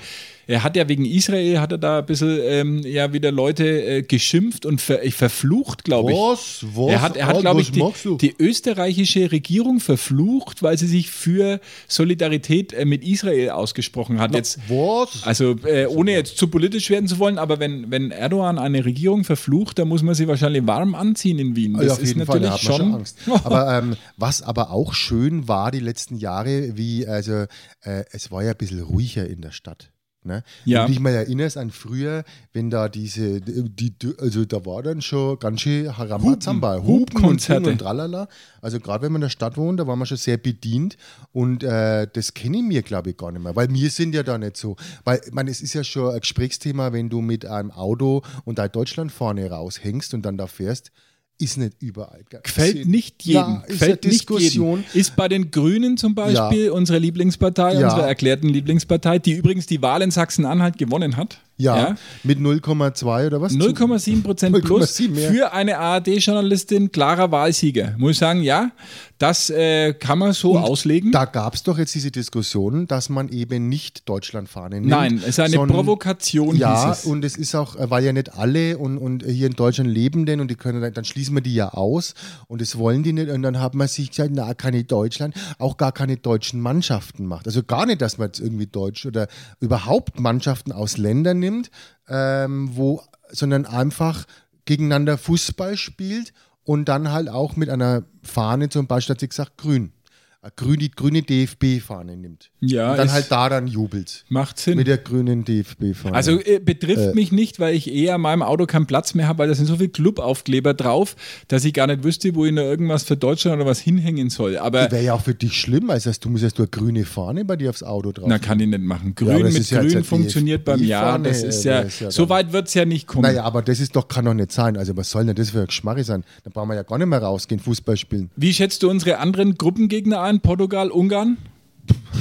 S2: Er hat ja wegen Israel hat er da ein bisschen ähm, ja wieder Leute äh, geschimpft und ver, äh, verflucht, glaube ich.
S3: Was? Was?
S2: Er hat, er
S3: Ah,
S2: hat glaube
S3: was
S2: ich, die,
S3: magst du?
S2: die österreichische Regierung verflucht, weil sie sich für Solidarität äh, mit Israel ausgesprochen hat. Jetzt,
S3: Was?
S2: also äh, ohne jetzt zu politisch werden zu wollen, aber wenn, wenn Erdogan eine Regierung verflucht, dann muss man sie wahrscheinlich warm anziehen in Wien. Das
S3: ja, auf
S2: ist
S3: jeden Fall,
S2: natürlich
S3: da hat man schon,
S2: schon
S3: Angst. Aber ähm, was aber auch schön war die letzten Jahre, wie, also äh, es war ja ein bisschen ruhiger in der Stadt. Ne?
S2: Ja.
S3: Wenn du dich mal erinnerst an früher, wenn da diese, die, die- also da war dann schon ganz schön Haramazamba,
S2: Hupen,
S3: und, Ding
S2: Hupkonzerte.
S3: und tralala. Also gerade wenn man in der Stadt wohnt, da war man schon sehr bedient und äh, das kenne ich mir glaube ich gar nicht mehr, weil wir sind ja da nicht so. Weil, ich meine, es ist ja schon ein Gesprächsthema, wenn du mit einem Auto und da Deutschland vorne raushängst und dann da fährst, ist nicht überall. gell?
S2: Gefällt
S3: Ist-
S2: nicht jedem.
S3: Ja, ist eine
S2: Gefällt nicht
S3: Diskussion.
S2: jedem. Ist bei den Grünen zum Beispiel unsere Lieblingspartei,
S3: Ja.
S2: unsere erklärten Lieblingspartei, die übrigens die Wahl in Sachsen-Anhalt gewonnen hat.
S3: Ja, mit 0,2 oder was?
S2: 0,7 Prozent plus
S3: 0,7 mehr.
S2: für eine ARD-Journalistin klarer Wahlsieger. Muss ich sagen, ja, das äh, kann man so auslegen.
S3: Da gab es doch jetzt diese Diskussion, dass man eben nicht Deutschlandfahne nimmt.
S2: Nein, es ist eine
S3: sondern-
S2: Provokation.
S3: Ja,
S2: hieß es.
S3: und es ist auch, äh, weil ja nicht alle und, und hier in Deutschland leben denn und die können, dann- dann schließen wir die ja aus und das wollen die nicht und dann hat man sich gesagt, na, keine Deutschland, auch gar keine deutschen Mannschaften macht. Also gar nicht, dass man jetzt irgendwie Deutsch oder überhaupt Mannschaften aus Ländern nimmt, ähm, wo, sondern einfach gegeneinander Fußball spielt und dann halt auch mit einer Fahne zum Beispiel, hat sie gesagt, grün. Eine Grüne, grüne DFB-Fahne nimmt.
S2: Ja,
S3: und dann
S2: ist-
S3: halt daran jubelt.
S2: Macht Sinn.
S3: Mit der grünen DFB-Fahne.
S2: Also äh, betrifft mich nicht, weil ich eher in meinem Auto keinen Platz mehr habe, weil da sind so viele Clubaufkleber drauf, dass ich gar nicht wüsste, wo ich noch irgendwas für Deutschland oder was hinhängen soll. Aber
S3: Wäre ja auch für dich schlimm, also dass du musst erst nur eine grüne Fahne bei dir aufs Auto drauf.
S2: na, kann ich nicht machen. Grün
S3: aber das
S2: mit
S3: ist ja jetzt
S2: Grün
S3: halt die
S2: funktioniert beim
S3: FDP
S2: Jahr.
S3: Fahne,
S2: Das ist
S3: äh,
S2: ja,
S3: das ist ja
S2: so
S3: dann-
S2: weit wird es ja nicht kommen.
S3: naja, aber das ist doch, kann doch nicht sein. Also was soll denn das für ein Geschmarri sein? Da brauchen wir ja gar nicht mehr rausgehen, Fußball spielen.
S2: Wie schätzt du unsere anderen Gruppengegner ein? Portugal, Ungarn?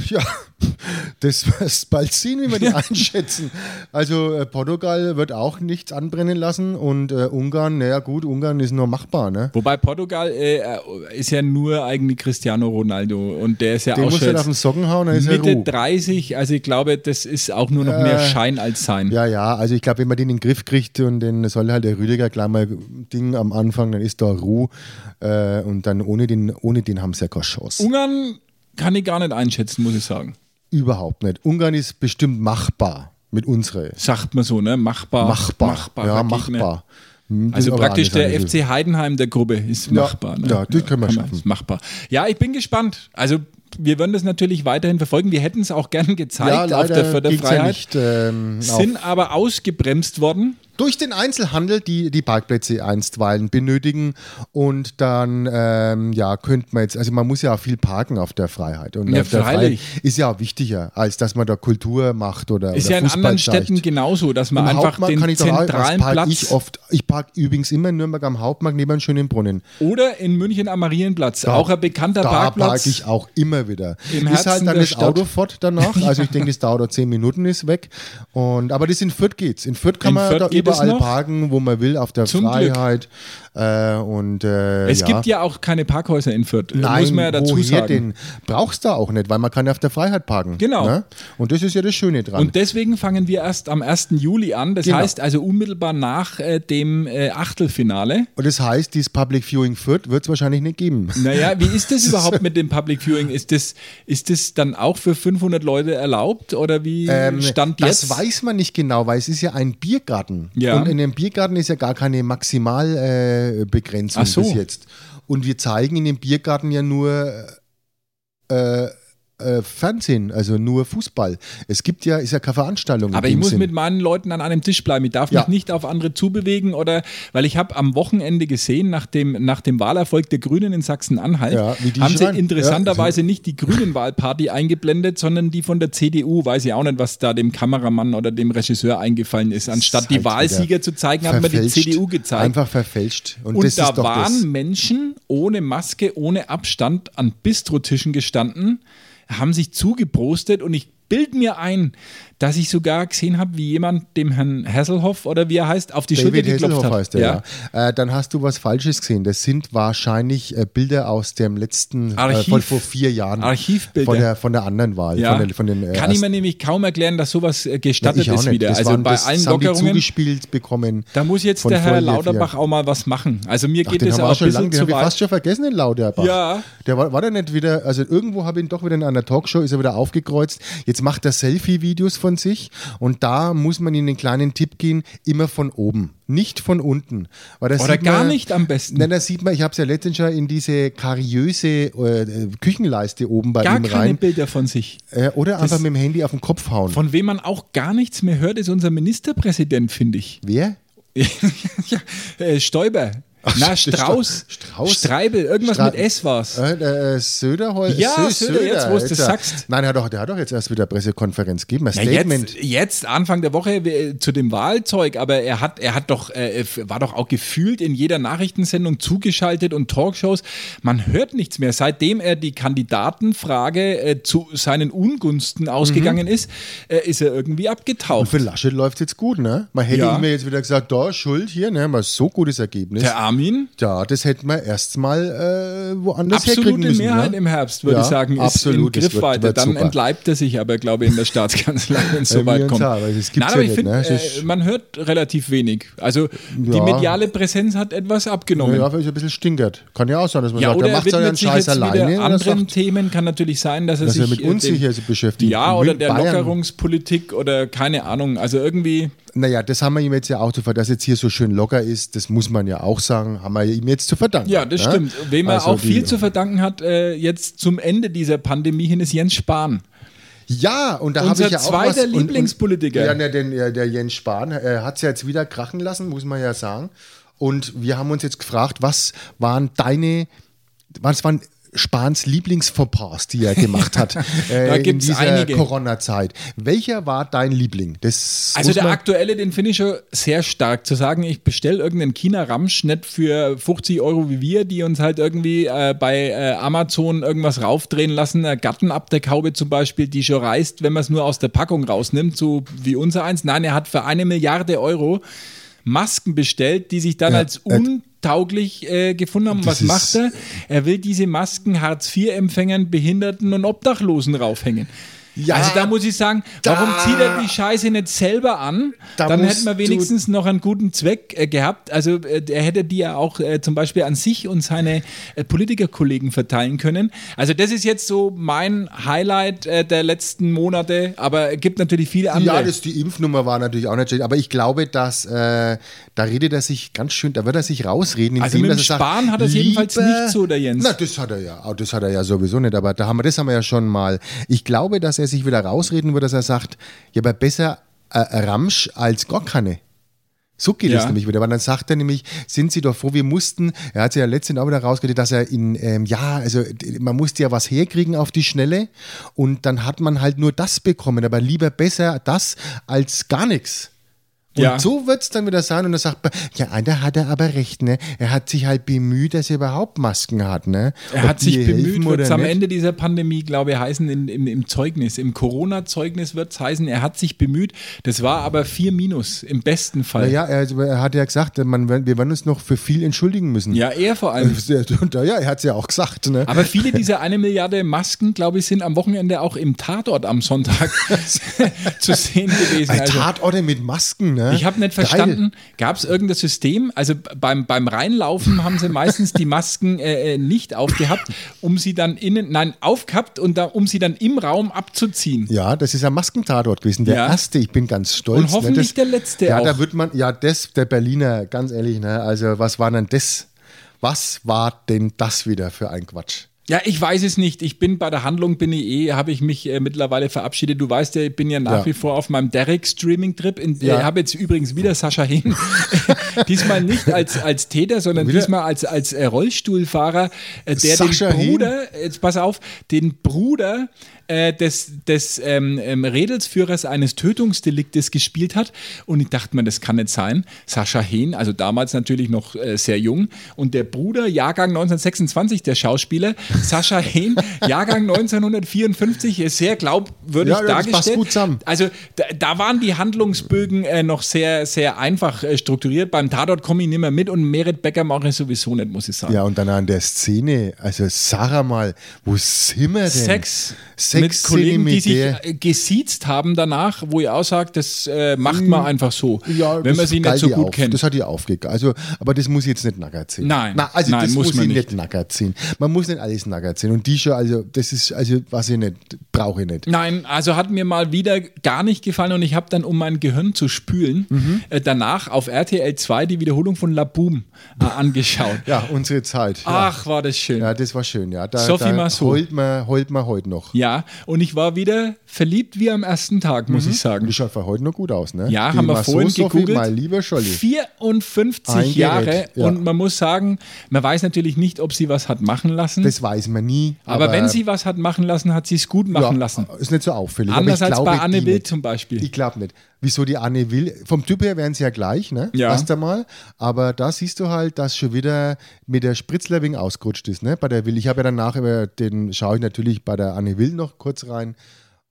S3: Ja, das wirst bald sehen, wie wir die einschätzen. Also äh, Portugal wird auch nichts anbrennen lassen und äh, Ungarn, naja gut, Ungarn ist nur machbar, ne?
S2: Wobei Portugal äh, ist ja nur eigentlich Cristiano Ronaldo und der ist ja
S3: Den
S2: auch
S3: musst du
S2: schon
S3: halt auf den Socken hauen, dann ist er
S2: Mitte
S3: Ruhe.
S2: 30. Also ich glaube, das ist auch nur noch mehr Schein als Sein.
S3: Ja, ja, also ich glaube, wenn man den in den Griff kriegt und dann soll halt der Rüdiger gleich mal Ding am Anfang, dann ist da Ruhe äh, und dann ohne den, ohne den haben sie ja keine Chance.
S2: Ungarn kann ich gar nicht einschätzen, muss ich sagen.
S3: Überhaupt nicht. Ungarn ist bestimmt machbar mit unsere.
S2: Sagt man so, ne? Machbar.
S3: Machbar.
S2: Gegner.
S3: ja, machbar. Hm, das
S2: Also
S3: ist aber
S2: praktisch
S3: alles
S2: der
S3: andere.
S2: FC Heidenheim der Gruppe ist machbar. Ne?
S3: ja, das können wir
S2: kann man-
S3: schaffen.
S2: ist Machbar. Ja, ich bin gespannt. Also wir würden das natürlich weiterhin verfolgen. Wir hätten es auch gern
S3: Ja,
S2: gezeigt auf der
S3: leider ging's ja
S2: Förderfreiheit.
S3: nicht. Ähm, auf.
S2: sind aber ausgebremst worden.
S3: Durch den Einzelhandel, die die Parkplätze einstweilen benötigen und dann, ähm, ja, könnte man jetzt, also man muss ja auch viel parken auf der Freiheit. Und
S2: Ja,
S3: auf der
S2: freilich.
S3: Freiheit ist ja auch wichtiger, als dass man da Kultur macht oder
S2: Ist
S3: oder
S2: ja in
S3: Fußball
S2: anderen
S3: steigt.
S2: Städten genauso, dass man
S3: Am
S2: einfach
S3: Hauptmarkt
S2: den
S3: kann ich doch auch- was
S2: zentralen
S3: park
S2: Platz
S3: Ich, oft. ich park übrigens immer in Nürnberg am Hauptmarkt neben einem schönen Brunnen.
S2: oder in München am Marienplatz, auch ein bekannter
S3: da
S2: Parkplatz.
S3: parke ich auch immer wieder.
S2: Im
S3: ist
S2: Herzen
S3: halt dann
S2: der
S3: das
S2: Stadt.
S3: Auto fort danach. Also ich denke, das dauert auch zehn Minuten, ist weg. Und, aber das in Fürth geht's. In Fürth kann
S2: In
S3: man
S2: Fürth
S3: da
S2: geht es
S3: überall
S2: noch?
S3: parken, wo man will, auf der
S2: Zum
S3: Freiheit. Äh, und, äh,
S2: es
S3: ja.
S2: gibt ja auch keine Parkhäuser in Fürth,
S3: Nein,
S2: muss man ja dazu
S3: woher
S2: sagen.
S3: denn? Brauchst du auch nicht, weil man kann ja auf der Freiheit parken.
S2: Genau.
S3: Ne? Und das ist ja das Schöne dran.
S2: Und deswegen fangen wir erst am 1. Juli an. Das
S3: Genau.
S2: heißt also unmittelbar nach äh, dem äh, Achtelfinale.
S3: Und das heißt, dieses Public Viewing Fürth wird es wahrscheinlich nicht geben.
S2: Naja, wie ist das überhaupt mit dem Public Viewing? Ist das, ist das dann auch für 500 Leute erlaubt oder wie
S3: Ähm,
S2: stand
S3: das
S2: jetzt?
S3: weiß man nicht genau, weil es ist ja ein Biergarten.
S2: Ja.
S3: Und in dem Biergarten ist ja gar keine Maximalbegrenzung äh, Begrenzung
S2: Ach so.
S3: bis jetzt. Und wir zeigen in dem Biergarten ja nur äh, äh, Fernsehen, also nur Fußball. Es gibt ja, ist ja keine Veranstaltung.
S2: aber
S3: in
S2: ich
S3: dem
S2: muss
S3: Sinn.
S2: mit meinen Leuten an einem Tisch bleiben. Ich darf
S3: Ja.
S2: mich nicht auf andere zubewegen oder, weil ich habe am Wochenende gesehen, nach dem, nach dem Wahlerfolg der Grünen in Sachsen-Anhalt,
S3: Ja, wie die
S2: haben sie
S3: schreien.
S2: interessanterweise nicht die Grünen-Wahlparty eingeblendet, sondern die von der CDU. Weiß ich auch nicht, was da dem Kameramann oder dem Regisseur eingefallen ist. Anstatt die
S3: Halt wieder
S2: Wahlsieger zu zeigen, hat man die
S3: verfälscht.
S2: CDU gezeigt.
S3: Einfach verfälscht. Und,
S2: Und
S3: das
S2: da
S3: ist doch
S2: waren
S3: das.
S2: Menschen ohne Maske, ohne Abstand an Bistrotischen gestanden, haben sich zugeprostet und ich bild mir ein, dass ich sogar gesehen habe, wie jemand dem Herrn Hasselhoff oder wie er heißt, auf die
S3: David
S2: Schulter geklopft
S3: Hasselhoff
S2: hat.
S3: heißt der, ja. Äh, dann hast du was Falsches gesehen. Das sind wahrscheinlich äh, Bilder aus dem letzten, äh,
S2: Archiv.
S3: von vor vier Jahren.
S2: Archivbilder.
S3: Von der, von der anderen Wahl.
S2: Ja.
S3: Von der, von den, äh,
S2: Kann ich mir nämlich kaum erklären, dass sowas äh, gestattet
S3: ich auch
S2: ist
S3: nicht.
S2: wieder.
S3: Das
S2: also
S3: waren,
S2: bei
S3: das
S2: allen
S3: haben die
S2: Lockerungen.
S3: zugespielt bekommen.
S2: Da muss jetzt
S3: von
S2: der Herr
S3: Vorjahr, vier
S2: Lauterbach auch mal was machen. Also mir
S3: Ach,
S2: geht
S3: den
S2: es auch
S3: haben wir
S2: ein
S3: auch schon
S2: bisschen
S3: lange, den
S2: zu
S3: habe ich
S2: weit.
S3: fast schon vergessen, den Lauterbach.
S2: Ja.
S3: Der war, war der nicht wieder, also irgendwo habe ich ihn doch wieder in einer Talkshow, ist er wieder aufgekreuzt. Jetzt macht er Selfie-Videos von sich und da muss man ihm den kleinen Tipp geben, immer von oben, nicht von unten. Weil da
S2: Oder
S3: sieht
S2: gar
S3: man,
S2: nicht am besten.
S3: Nein, da sieht man, ich habe es ja letztens schon in diese kariöse äh, Küchenleiste oben bei
S2: Gar
S3: ihm
S2: keine
S3: rein.
S2: Bilder von sich.
S3: Äh, oder einfach
S2: Das-
S3: mit dem Handy auf den Kopf hauen.
S2: Von wem man auch gar nichts mehr hört, ist unser Ministerpräsident, finde ich.
S3: Wer?
S2: ja, äh, Stoiber. Na,
S3: St-
S2: Strauß.
S3: Strauß?
S2: Streibel, irgendwas
S3: Stra-
S2: mit S war's.
S3: Äh, äh, Söder heute.
S2: Ja, Söder, jetzt, wo du das sagst.
S3: äh, Nein, er hat doch, der hat doch jetzt erst wieder Pressekonferenz gegeben. Ein
S2: Ja,
S3: Statement.
S2: jetzt, jetzt, Anfang der Woche äh, zu dem Wahlzeug, aber er hat, er hat doch, äh, f- war doch auch gefühlt in jeder Nachrichtensendung zugeschaltet und Talkshows. Man hört nichts mehr. Seitdem er die Kandidatenfrage äh, zu seinen Ungunsten ausgegangen
S3: Mhm.
S2: ist, äh, ist er irgendwie
S3: Und
S2: abgetaucht.
S3: für Laschet läuft es jetzt gut, ne? Man hätte
S2: Ja.
S3: ihm ja jetzt wieder gesagt, da, Schuld hier, ne? Mal so gutes Ergebnis.
S2: Der Armin?
S3: ja, das hätten wir erstmal äh, woanders herkriegen
S2: Absolute
S3: müssen.
S2: Mehrheit
S3: ne?
S2: im Herbst, würde
S3: Ja,
S2: ich sagen, ist
S3: absolut,
S2: in
S3: das wird-
S2: Griffweite.
S3: wird
S2: Dann
S3: super.
S2: entleibt er sich aber, glaube ich, in der Staatskanzlei, wenn es so
S3: Irgendwie
S2: weit
S3: und
S2: kommt.
S3: so, aber das gibt's
S2: Nein, aber
S3: ja
S2: ich finde,
S3: nicht, ne? Es
S2: äh,
S3: ist-
S2: man hört relativ wenig. Also die
S3: Ja.
S2: mediale Präsenz hat etwas abgenommen.
S3: Ja, weil es ein bisschen stinkert. Kann ja auch sein, dass man
S2: Ja,
S3: sagt,
S2: oder
S3: der
S2: er
S3: macht seinen
S2: widmet sich
S3: Scheiß
S2: jetzt
S3: alleine.
S2: wieder
S3: Oder
S2: anderen
S3: sagt,
S2: Themen. Kann natürlich sein, dass er
S3: dass
S2: sich
S3: er mit
S2: äh,
S3: uns
S2: dem-
S3: sich hier so beschäftigt.
S2: ja
S3: Und
S2: oder
S3: mit
S2: der
S3: Bayern.
S2: Lockerungspolitik oder keine Ahnung. Also irgendwie
S3: Naja, das haben wir ihm jetzt ja auch zu verdanken, dass jetzt hier so schön locker ist, das muss man ja auch sagen, haben wir ihm jetzt zu verdanken.
S2: ja, das
S3: ne?
S2: stimmt. Wem er
S3: Also
S2: auch viel
S3: die-
S2: zu verdanken hat äh, jetzt zum Ende dieser Pandemie hin ist Jens Spahn.
S3: Ja, und da habe
S2: Unser
S3: ich ja auch
S2: zweiter
S3: was. und- und-
S2: Lieblingspolitiker.
S3: Ja, der, der, der Jens Spahn äh, hat es ja jetzt wieder krachen lassen, muss man ja sagen. Und wir haben uns jetzt gefragt, was waren deine, was waren Spahns Lieblingsfauxpas, die er gemacht hat äh,
S2: Da
S3: in
S2: gibt's
S3: dieser
S2: einige.
S3: Corona-Zeit. Welcher war dein Liebling? Das
S2: Also
S3: muss
S2: der
S3: man-
S2: aktuelle, den finde ich schon sehr stark. Zu sagen, ich bestelle irgendeinen China-Ramsch nicht für 50 Euro wie wir, die uns halt irgendwie äh, bei äh, Amazon irgendwas raufdrehen lassen. Eine Gattenabdeckhaube zum Beispiel, die schon reißt, wenn man es nur aus der Packung rausnimmt, so wie unser eins. Nein, er hat für eine Milliarde Euro Masken bestellt, die sich dann
S3: Ja,
S2: als
S3: äh,
S2: un tauglich äh, gefunden haben. Was
S3: Das
S2: macht
S3: ist-
S2: er? Er will diese Masken Hartz-IV-Empfängern, Behinderten und Obdachlosen raufhängen.
S3: Ja,
S2: also da muss ich sagen,
S3: da-
S2: warum zieht er die Scheiße nicht selber an?
S3: Da
S2: dann hätten
S3: musst
S2: wir
S3: du-
S2: wenigstens noch einen guten Zweck äh, gehabt. Also äh, er hätte die ja auch äh, zum Beispiel an sich und seine äh, Politikerkollegen verteilen können. Also das ist jetzt so mein Highlight äh, der letzten Monate, aber es gibt natürlich viele andere.
S3: Ja, das, die Impfnummer war natürlich auch nicht schlecht, aber ich glaube, dass äh, da redet er sich ganz schön, da wird er sich rausreden.
S2: Also mit dem
S3: dass er
S2: Spahn hat er es jedenfalls
S3: lieber-
S2: nicht so, der Jens.
S3: Na, das hat er ja, auch das hat er ja sowieso nicht, aber da haben wir, das haben wir ja schon mal. Ich glaube, dass er sich wieder rausreden wird, dass er sagt, ja, aber besser äh, Ramsch als gar keine. So geht es
S2: Ja.
S3: nämlich wieder. Aber dann sagt er nämlich, sind Sie doch froh, wir mussten, er hat sich ja letztens auch wieder rausgeredet, dass er in, ähm, ja, also d- man musste ja was herkriegen auf die Schnelle und dann hat man halt nur das bekommen, aber lieber besser das als gar nichts. Und
S2: Ja.
S3: so wird es dann wieder sein und dann sagt man, ja, einer hat er aber recht, ne? Er hat sich halt bemüht, dass er überhaupt Masken hat, ne?
S2: Er
S3: Ob
S2: hat sich
S3: die
S2: bemüht,
S3: helfen
S2: wird es am
S3: nicht.
S2: Ende dieser Pandemie, glaube ich, heißen in, im, im Zeugnis, im Corona-Zeugnis wird es heißen, er hat sich bemüht. Das war aber 4 minus im besten Fall.
S3: Naja, er, er hat ja gesagt, man, wir werden uns noch für viel entschuldigen müssen.
S2: ja, er vor allem.
S3: Und ja, er hat es ja auch gesagt, ne?
S2: Aber viele dieser eine Milliarde Masken, glaube ich, sind am Wochenende auch im Tatort am Sonntag zu sehen gewesen.
S3: Bei
S2: Also,
S3: Tatorte mit Masken, ne?
S2: ich habe nicht
S3: Geil.
S2: verstanden, gab es irgendein System? Also beim, beim Reinlaufen haben sie meistens die Masken äh, äh, nicht aufgehabt, um sie dann innen, nein, aufgehabt und da, um sie dann im Raum abzuziehen.
S3: Ja, das ist ein Maskentatort gewesen. Der
S2: Ja.
S3: erste, ich bin ganz stolz.
S2: Und hoffentlich
S3: ne, das,
S2: der letzte
S3: Ja,
S2: auch.
S3: da wird man, ja, das, der Berliner, ganz ehrlich, ne? Also, was war denn das? Was war denn das wieder für ein Quatsch?
S2: Ja, ich weiß es nicht. Ich bin bei der Handlung, bin ich eh, habe ich mich äh, mittlerweile verabschiedet. Du weißt ja, ich bin ja nach
S3: Ja.
S2: wie vor auf meinem Derek-Streaming-Trip. Ich äh,
S3: Ja.
S2: habe jetzt übrigens wieder Sascha hin. diesmal nicht als, als Täter, sondern
S3: Wieder?
S2: diesmal als, als äh, Rollstuhlfahrer, äh, der
S3: Sascha
S2: den
S3: Hehn?
S2: Bruder, jetzt pass auf, den Bruder äh, äh, des, des ähm, ähm, Redelsführers eines Tötungsdeliktes gespielt hat. Und ich dachte mir, das kann nicht sein. Sascha Hehn, also damals natürlich noch äh, sehr jung. Und der Bruder, Jahrgang 1926, der Schauspieler, Sascha Hehn, Jahrgang 1954, ist sehr glaubwürdig
S3: Ja, ja, das passt
S2: dargestellt.
S3: gut zusammen.
S2: Also da, da waren die Handlungsbögen äh, noch sehr, sehr einfach äh, strukturiert. Beim Tatort komme ich nicht mehr mit und Merit Becker mache ich sowieso nicht, muss ich sagen.
S3: Ja, und dann an der Szene, also Sarah mal, wo sind wir denn?
S2: Sex,
S3: Sechs
S2: mit Kollegen, die sich
S3: Zentimeter.
S2: äh, gesiezt haben danach, wo ihr auch sagt, das äh, macht man einfach so,
S3: Mm. Ja,
S2: wenn
S3: das
S2: man sie
S3: galt
S2: nicht so
S3: ihr
S2: gut
S3: auf.
S2: kennt.
S3: Das hat ihr aufgegangen. Also, aber das muss ich jetzt nicht nackert ziehen.
S2: Nein.
S3: Na, also
S2: Nein,
S3: das
S2: muss
S3: muss,
S2: man
S3: ich
S2: nicht.
S3: nicht nackert ziehen. Man muss nicht alles nackert ziehen. Und die schon, also das ist, also was ich nicht, brauche ich nicht.
S2: Nein, also hat mir mal wieder gar nicht gefallen und ich habe dann, um mein Gehirn zu spülen,
S3: Mhm.
S2: äh, danach auf RTL 2 die Wiederholung von La Boom äh, angeschaut.
S3: Ja, unsere Zeit. ja.
S2: Ach, war das schön.
S3: ja, das war schön, ja. Da,
S2: Sophie
S3: da
S2: Massot.
S3: heult man, heult man heute noch.
S2: Ja, und ich war wieder verliebt wie am ersten Tag, muss ich sagen.
S3: Die schaut für heute noch gut aus, ne?
S2: Ja,
S3: die
S2: haben wir
S3: Massot
S2: vorhin
S3: Sophie,
S2: gegoogelt.
S3: Mein lieber Scholli.
S2: 54
S3: Ein Gerät,
S2: Jahre
S3: ja.
S2: und man muss sagen, man weiß natürlich nicht, ob sie was hat machen lassen.
S3: Das weiß man nie.
S2: aber, wenn sie was hat machen lassen, hat sie es gut machen
S3: Ja, äh,
S2: lassen.
S3: Ist nicht so auffällig. aber
S2: Anders
S3: ich
S2: als
S3: glaube,
S2: bei Anne
S3: die
S2: Will
S3: nicht.
S2: zum Beispiel.
S3: Ich glaube nicht. Wieso die Anne Will? Vom Typ her wären sie ja gleich, ne?
S2: Ja.
S3: Erst einmal. Aber da siehst du halt, dass schon wieder mit der Spritzler wegen ausgerutscht ist, ne? Bei der Will. Ich habe ja danach über den, schaue ich natürlich bei der Anne Will noch kurz rein.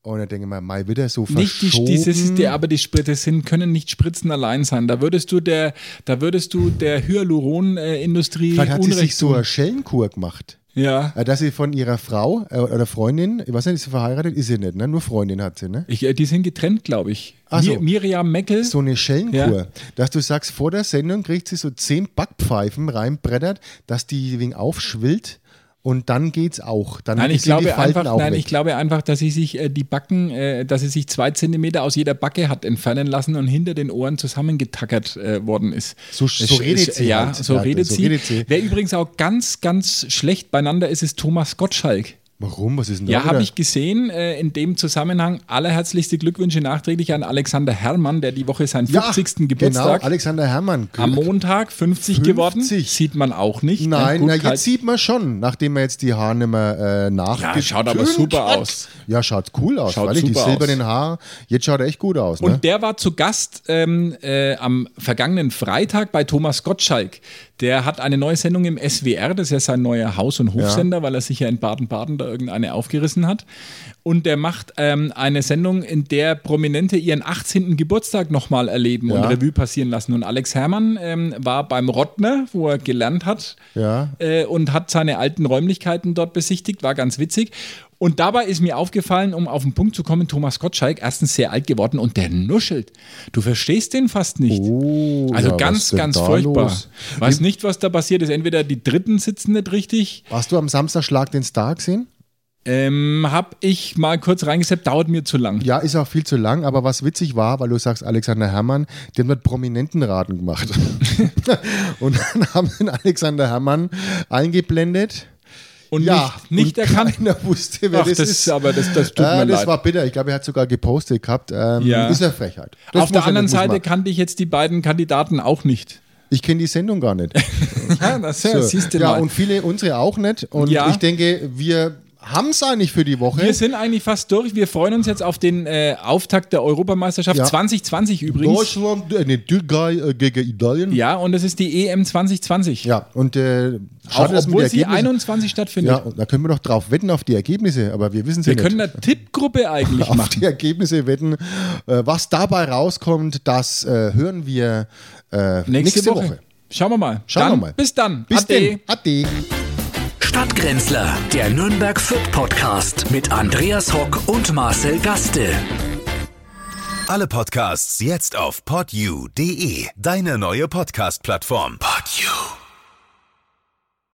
S3: Und dann denke ich mir, Mai wieder so
S2: Nicht die,
S3: verschoben.
S2: dieses ist der, aber die Spritze sind, können nicht Spritzen allein sein. Da würdest du der, da würdest du der Hyaluron-Industrie
S3: Vielleicht hat sie sich
S2: Unrecht
S3: so
S2: tun.
S3: eine Schellenkur gemacht.
S2: Ja.
S3: Äh, Dass sie von ihrer Frau äh, oder Freundin, ich weiß nicht, ist sie verheiratet? Ist sie nicht, ne? Nur Freundin hat sie, ne?
S2: Ich, äh, die sind getrennt, glaube ich.
S3: Ach so.
S2: Mi- Miriam Meckel.
S3: so eine Schellenkur,
S2: Ja.
S3: dass du sagst, vor der Sendung kriegt sie so zehn Backpfeifen reinbrettert, dass die wegen aufschwillt und dann geht's auch. Dann
S2: Nein, ich
S3: sind die
S2: glaube,
S3: Falten
S2: einfach,
S3: auch
S2: nein
S3: weg.
S2: ich glaube einfach, dass sie sich äh, die Backen, äh, dass sie sich zwei Zentimeter aus jeder Backe hat entfernen lassen und hinter den Ohren zusammengetackert äh, worden ist.
S3: So- so
S2: Es-
S3: redet
S2: es-
S3: sie
S2: Ja,
S3: halt.
S2: so,
S3: Ja,
S2: redet,
S3: so
S2: sie.
S3: redet sie.
S2: Wer übrigens auch ganz, ganz schlecht beieinander ist, ist Thomas Gottschalk.
S3: Warum? Was ist denn
S2: Ja,
S3: da? wieder?
S2: habe ich gesehen. Äh, in dem Zusammenhang allerherzlichste Glückwünsche nachträglich an Alexander Herrmann, der die Woche seinen 50. Geburtstag
S3: Genau, Alexander Herrmann.
S2: am Montag 50,
S3: 50.
S2: geworden. Sieht man auch nicht. ne?
S3: Nein,
S2: Gut, halt.
S3: na,
S2: kalt-
S3: jetzt sieht man schon, nachdem er jetzt die Haare nicht mehr äh,
S2: Ja,
S3: nachgetönt
S2: schaut aber super
S3: hat.
S2: aus.
S3: Ja, schaut cool aus,
S2: Schaut
S3: weil ich die
S2: super
S3: silbernen Haare, jetzt schaut er echt gut aus. Ne?
S2: Und der war zu Gast ähm, äh, am vergangenen Freitag bei Thomas Gottschalk. Der hat eine neue Sendung im SWR, das ist ja sein neuer Haus- und Hofsender, weil er sich ja in Baden-Baden da irgendeine aufgerissen hat. Und der macht ähm, eine Sendung, in der Prominente ihren 18. Geburtstag nochmal erleben und
S3: Ja.
S2: Revue passieren lassen. Und Alex Herrmann ähm, war beim Rottner, wo er gelernt hat
S3: Ja.
S2: äh, und hat seine alten Räumlichkeiten dort besichtigt, war ganz witzig. Und dabei ist mir aufgefallen, um auf den Punkt zu kommen, Thomas Gottschalk, erstens sehr alt geworden und der nuschelt. Du verstehst den fast nicht.
S3: Oh,
S2: also
S3: ja, was
S2: ganz,
S3: ist denn
S2: ganz
S3: da
S2: furchtbar.
S3: los?
S2: Weiß nicht, was da passiert ist. Entweder die Dritten sitzen nicht richtig,
S3: Hast du am Samstag Schlag den Star gesehen?
S2: ähm, hab ich mal kurz reingesetzt, dauert mir zu lang.
S3: Ja, ist auch viel zu lang, aber was witzig war, weil du sagst, Alexander Herrmann, der hat mit Prominentenraten gemacht. und dann haben wir Alexander Herrmann eingeblendet.
S2: Und
S3: Ja,
S2: nicht, nicht
S3: und
S2: erkannt.
S3: Keiner wusste, wer
S2: Ach,
S3: das,
S2: das-
S3: ist. Äh,
S2: aber das- das tut mir
S3: das
S2: leid.
S3: war bitter. Ich glaube, er hat sogar gepostet gehabt. Ähm,
S2: Ja.
S3: Ist eine Frechheit. Das
S2: Auf der
S3: muss er
S2: anderen
S3: nicht, muss
S2: Seite
S3: man.
S2: kannte ich jetzt die beiden Kandidaten auch nicht.
S3: Ich kenne die Sendung gar nicht.
S2: Ja, das
S3: So. ja, und viele unsere auch nicht. Und
S2: Ja.
S3: ich denke, wir haben es eigentlich für die Woche.
S2: Wir sind eigentlich fast durch. Wir freuen uns jetzt auf den äh, Auftakt der Europameisterschaft
S3: Ja.
S2: 2020 übrigens.
S3: Deutschland, äh, nee, Türkei äh, gegen Italien.
S2: Ja, und es ist die E EM 2020.
S3: Ja, und äh,
S2: Auch
S3: schade, dass mit
S2: obwohl sie
S3: Ergebnissen-
S2: 21 stattfindet.
S3: Ja, und da können wir doch drauf wetten auf die Ergebnisse, aber wir wissen sie
S2: Wir
S3: nicht.
S2: können eine Tippgruppe eigentlich
S3: auf die
S2: machen.
S3: Ergebnisse wetten. Äh, was dabei rauskommt, das äh, hören wir äh, nächste, Woche.
S2: Schauen wir mal.
S3: Schauen
S2: dann,
S3: wir mal.
S2: Bis dann.
S3: Bis
S2: Ade.
S3: denn. Ade.
S1: Stadtgrenzler, der Nürnberg Fürth Podcast mit Andreas Hock und Marcel Gaste.
S4: Alle Podcasts jetzt auf podyou.de, deine neue Podcast-Plattform. Podyou.